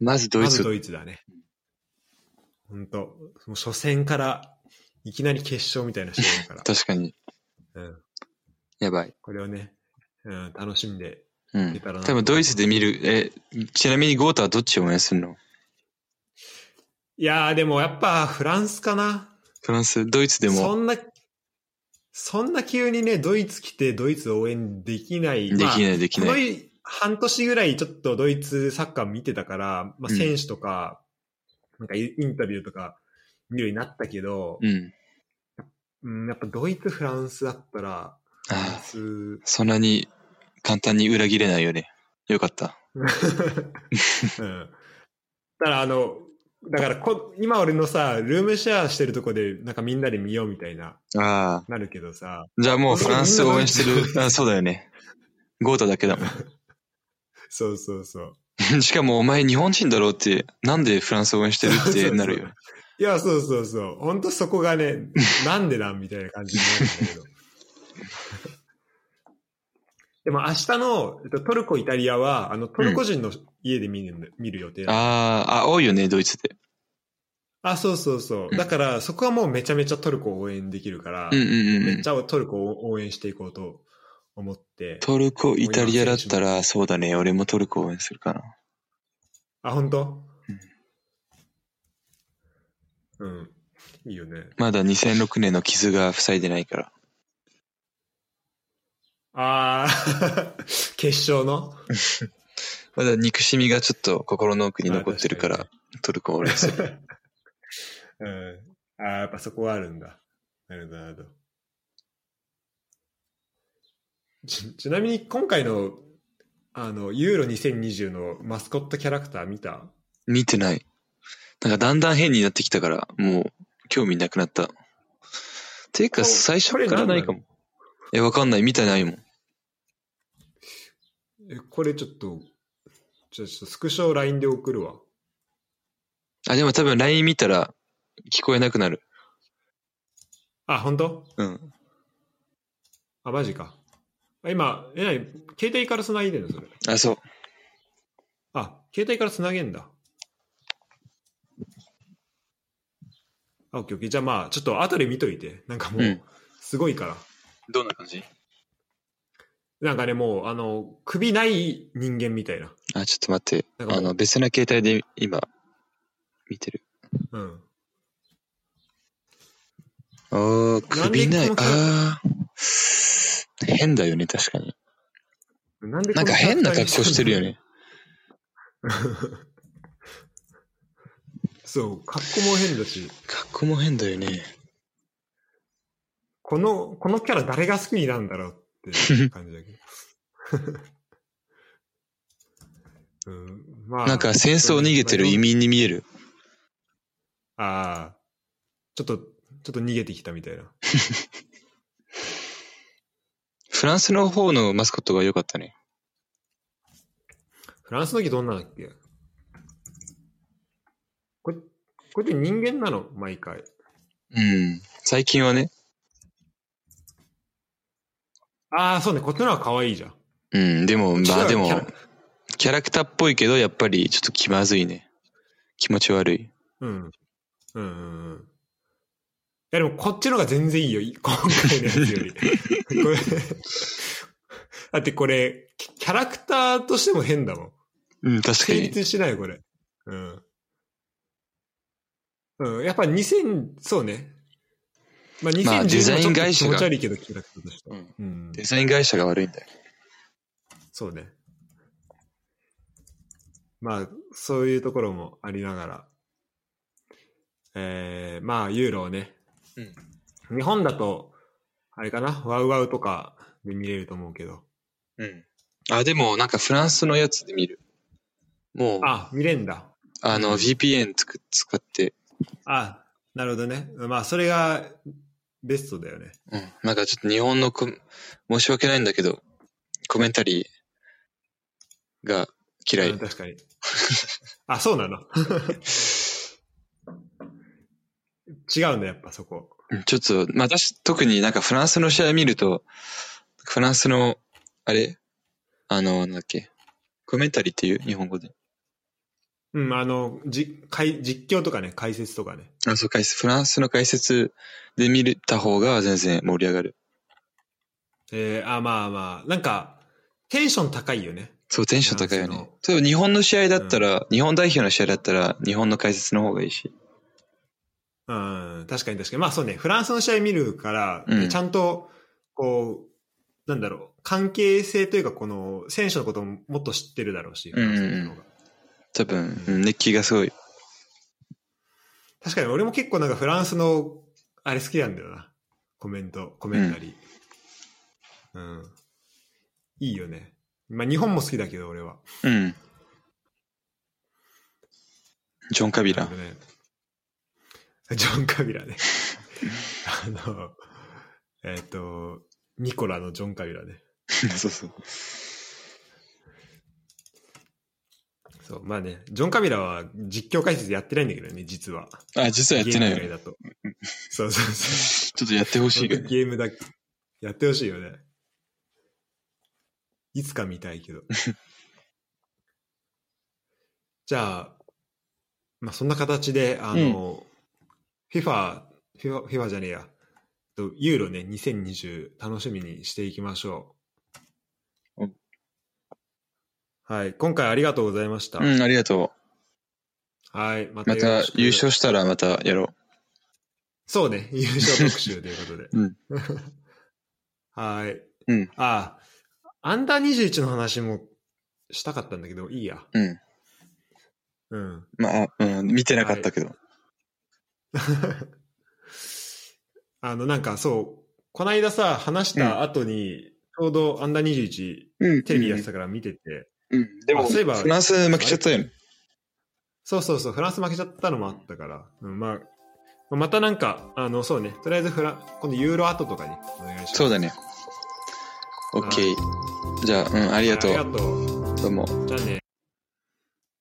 Speaker 2: まずドイ
Speaker 1: まず
Speaker 2: ツ。
Speaker 1: ドイツだね。本当もう初戦から、いきなり決勝みたいな試合だ
Speaker 2: [LAUGHS]
Speaker 1: から。
Speaker 2: 確かに。
Speaker 1: うん
Speaker 2: やばい。
Speaker 1: これをね、うん、楽しんで
Speaker 2: う
Speaker 1: いけ
Speaker 2: ん。
Speaker 1: たらな。
Speaker 2: 多分ドイツで見る、え、ちなみにゴータはどっちを応援するの
Speaker 1: いやー、でもやっぱフランスかな。
Speaker 2: フランス、ドイツで
Speaker 1: そ
Speaker 2: も
Speaker 1: んな、そんな急にね、ドイツ来てドイツ応援できない。
Speaker 2: でき
Speaker 1: まあ
Speaker 2: ない、でき
Speaker 1: こ
Speaker 2: な
Speaker 1: の
Speaker 2: い。
Speaker 1: い半年ぐらいちょっとドイツサッカー見てたから、まあ、
Speaker 2: うん
Speaker 1: 選手とか、なんかイインタビューとか見るようになったけど、
Speaker 2: うん。
Speaker 1: うん、やっぱドイツ、フランスだったら、フラン
Speaker 2: ああ、
Speaker 1: ス、
Speaker 2: そんなに簡単に裏切れないよね。よかった。
Speaker 1: うんただあの、だからこ、今俺のさ、ルームシェアしてるとこで、なんかみんなで見ようみたいな、
Speaker 2: ああ。
Speaker 1: なるけどさ、
Speaker 2: じゃあもうフランスを応援して
Speaker 1: みんなドイツ
Speaker 2: る。あそうだよね。ゴータだけだも
Speaker 1: そうそうそう。
Speaker 2: ん。 [LAUGHS] しかもお前日本人だろうって、なんでフランスを応援してる
Speaker 1: [LAUGHS] そうそ
Speaker 2: っ
Speaker 1: うそ
Speaker 2: て
Speaker 1: う
Speaker 2: なるよ。
Speaker 1: いや、そうそうそう。ほんとそこがね、
Speaker 2: [LAUGHS]
Speaker 1: なんでなんみたいな感じになるんだけど。 [LAUGHS] でも明日のえっとトルコ、イタリアは、あの、トルコ人の家で見る,、見る予定だ
Speaker 2: ああ、あ、多いよね、ドイツで。
Speaker 1: あ、そうそうそう。だから、そこはもうめちゃめちゃトルコを応援できるから、
Speaker 2: うんうんうんう
Speaker 1: めっ
Speaker 2: ん
Speaker 1: ち。ゃトルコを応援していこうと思って。
Speaker 2: トルコ、イタリアだったら、そうだね、俺もトルコ応援するかな。
Speaker 1: あ、本当うん。いいよね。
Speaker 2: まだ2006年の傷が塞いでないから。
Speaker 1: ああ、 [LAUGHS] 決勝の
Speaker 2: まだ憎しみがちょっと心の奥に残ってるから、
Speaker 1: あ確
Speaker 2: トルコ俺でする。 [LAUGHS]
Speaker 1: うん。ああ、やっぱそこはあるんだ。なるほど、なるほど。ちちなみに今回の、あの、ユーロ2020のマスコットキャラクター見た
Speaker 2: 見てない。なんかだんだん変になってきたから、もう興味なくなった。ていう
Speaker 1: こ
Speaker 2: か最初からないか。
Speaker 1: これ何
Speaker 2: も。え、わかんない。見てないもん。
Speaker 1: なのえ、これちょっと、ちょちょっとスクショを LINE で送るわ。
Speaker 2: あ、でも多分 LINE 見たら聞こえなくなる。
Speaker 1: あ、本当？
Speaker 2: うん。
Speaker 1: あ、マジか。あ今、え、なに携帯から繋いでんのそれ。
Speaker 2: あ、そう。
Speaker 1: あ、携帯から繋げんだ。あ、オッケーオッケー。じゃあまあ、ちょっと後で見といて。なんかもう、
Speaker 2: うん
Speaker 1: すごいから。
Speaker 2: どんな感じ
Speaker 1: なんかね、もう、あの、首ない人間みたいな。
Speaker 2: あ、ちょっと待って。
Speaker 1: なんかも
Speaker 2: あ
Speaker 1: う
Speaker 2: の、別な携帯で今、見てる。
Speaker 1: うん。
Speaker 2: ああ、首な
Speaker 1: なんで
Speaker 2: い
Speaker 1: この。
Speaker 2: ああ。変だよね、確かに。
Speaker 1: なんでこ
Speaker 2: なん
Speaker 1: の
Speaker 2: か変な格好してるよね。。
Speaker 1: そう、格好も変だし、
Speaker 2: 格好も変だよね。
Speaker 1: この、このキャラ誰が好きになるんだろう
Speaker 2: [LAUGHS]
Speaker 1: って感じだけど。 [LAUGHS] うん、まあ、
Speaker 2: なんか戦争を逃げてる移民に見える。
Speaker 1: ああ、ちょっと、ちょっと逃げてきたみたいな。
Speaker 2: フランスの方のマスコットが良かったね。
Speaker 1: フランスの時どんなのだっけこれ、これって人間なの毎回。
Speaker 2: うん。最近はね。
Speaker 1: ああ、そうね、こっちの方が可愛いじゃん。
Speaker 2: うん。でも、まあで
Speaker 1: キャ
Speaker 2: も
Speaker 1: ラ、
Speaker 2: キャラクターっぽいけど、やっぱりちょっと気まずいね。気持ち悪い。
Speaker 1: うん。うんうんうん。いやでもこっちの方が全然いいよ、い [LAUGHS] 今回のやつより。 [LAUGHS] これだってこれ、キャラクターとしても変だもん。
Speaker 2: うん、確か
Speaker 1: 成
Speaker 2: に。
Speaker 1: 立しない、これ。うん。うん、やっぱ2000、そうね。まあ2010
Speaker 2: まあデザイン会社
Speaker 1: も
Speaker 2: が
Speaker 1: ちょっと気持ち悪いけど企画としては
Speaker 2: うん
Speaker 1: うん。
Speaker 2: デザイン会社が悪いんだよ。
Speaker 1: そうね。まあ、そういうところもありながら。えー、まあ、ユーロをね。日本だと、あれかな、ワウワウとかで見れると思うけど。
Speaker 2: うん。あ、でもなんかフランスのやつで見る。もう、あ
Speaker 1: あ、見れんだ。
Speaker 2: の、VPN つく使って、
Speaker 1: あ、なるほどね。まあ、それがベストだよね。
Speaker 2: うん。なんかちょっと日本のコメ申し訳ないんだけど、コメンタリーが嫌
Speaker 1: うん
Speaker 2: い。
Speaker 1: 確かに。あ、そうなの。違うんだ、やっぱそこ。
Speaker 2: うんちょっと、まあ、私、特になんかフランスの試合見ると、フランスの、あれあの、なんだっけコメンタリーっていう日本語で。
Speaker 1: うん、あの、じ解実況とかね、解説とかね。
Speaker 2: あ、そう、解説、フランスの解説で見れた方が全然盛り上がる。
Speaker 1: えー、あ、まあまあ、なんか、テンション高いよね。
Speaker 2: そう、テンション高いよ
Speaker 1: フラン
Speaker 2: ね
Speaker 1: スの。
Speaker 2: 例えば日本の試合だったら、日本代表の試合だったら、日本の解説の方がいいし。
Speaker 1: うん、確かに確かに。まあそうね、フランスの試合見るから、
Speaker 2: うん
Speaker 1: ちゃんと、こう、なんだろう、関係性というか、この、選手のことももっと知ってるだろうし、フランスの方が。
Speaker 2: 多分、うん熱気がすごい。
Speaker 1: 確かに俺も結構なんかフランスのあれ好きなんだよなコメントコメンタリーうん、いいよねまあ日本も好きだけど俺は
Speaker 2: うん。ジョン・カビラ
Speaker 1: な。んかねジョン・カビラ
Speaker 2: [LAUGHS]
Speaker 1: ねあのえっ、とニコラのジョン・カビラね
Speaker 2: [LAUGHS] そうそう。
Speaker 1: そうまあねジョン・カビラは実況解説やってないんだけどね実は
Speaker 2: あ、実はやってないよ
Speaker 1: ゲーム以
Speaker 2: ね。
Speaker 1: 外だとそうそうそう
Speaker 2: ちょっとやってほしいよね。
Speaker 1: ゲームだけ。やってほしいよね。いつか見たい
Speaker 2: [LAUGHS]
Speaker 1: けど。じゃあ、まあ、そんな形で、あの、FIFA、FIFA、FIFA じゃねえや、とユーロね、2020楽しみにしていきましょう。
Speaker 2: うん
Speaker 1: はい、今回ありがとうございました。
Speaker 2: うん、ありがと
Speaker 1: はい、ま
Speaker 2: う。ま
Speaker 1: よ
Speaker 2: た
Speaker 1: ろしく
Speaker 2: 優勝したらまたやろう。
Speaker 1: そう
Speaker 2: [LAUGHS]
Speaker 1: ね、優勝特集ということで。
Speaker 2: うん
Speaker 1: [LAUGHS] はい。
Speaker 2: うん
Speaker 1: ああ、アンダー21の話もしたかったんだけど、いいや。
Speaker 2: うん。
Speaker 1: うん。 [LAUGHS]
Speaker 2: まあ、うん、見てなかったけど。
Speaker 1: あの、なんかそう、こないださ、話した後に、ちょうどアンダー21
Speaker 2: うん。
Speaker 1: テレビでやってたから見てて、
Speaker 2: うん。で
Speaker 1: あ
Speaker 2: も、
Speaker 1: そういえば
Speaker 2: フランス負けちゃったよね。
Speaker 1: そうそうそう、フランス負けちゃったのもあったから、うん、まあ、またなんか、あの、そうね、とりあえずフラン、今度ユーロ後とかにお願いします。
Speaker 2: そうだね。オッケー。じゃあ、うん、ありがと
Speaker 1: あり
Speaker 2: う。
Speaker 1: がとう。
Speaker 2: どうも。
Speaker 1: じゃあね。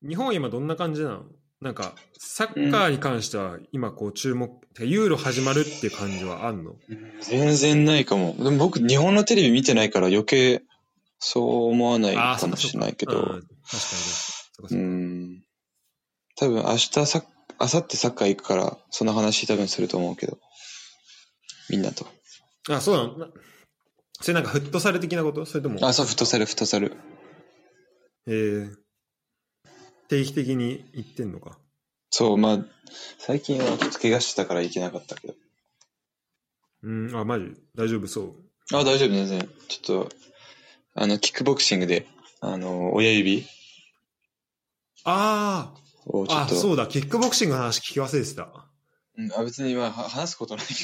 Speaker 1: 日本は今どんな感じなのなんか、サッカーに関しては今こう注目、てかユーロ始まるっていう感じはあんの
Speaker 2: 全然ないかも。でも僕、日本のテレビ見てないから余計そう思わない
Speaker 1: あー
Speaker 2: かもしれないけ
Speaker 1: そっかそっか、
Speaker 2: ど
Speaker 1: うん確かにそっかそっ
Speaker 2: う
Speaker 1: か
Speaker 2: ん。多分明日サッ、明後日サッカー行くから、その話多分すると思うけど、みんなと。
Speaker 1: あ、そうなのなそれなんかフットサル的なことそれとも、
Speaker 2: あ、そう、フットサル、フットサル。
Speaker 1: えー、定期的に行ってんのか。
Speaker 2: そう、まあ、最近はちょっと怪我してたから行けなかったけど。
Speaker 1: うん、あ、マジ大丈夫そう。
Speaker 2: あ、大丈夫、全然。ちょっと、あの、キックボクシングで、あの、親指
Speaker 1: あ
Speaker 2: を
Speaker 1: ー
Speaker 2: ちょ
Speaker 1: あ、
Speaker 2: っと、
Speaker 1: そうだ、キックボクシングの話聞き忘れてた。
Speaker 2: うん、あ別にまあは話すことないけど、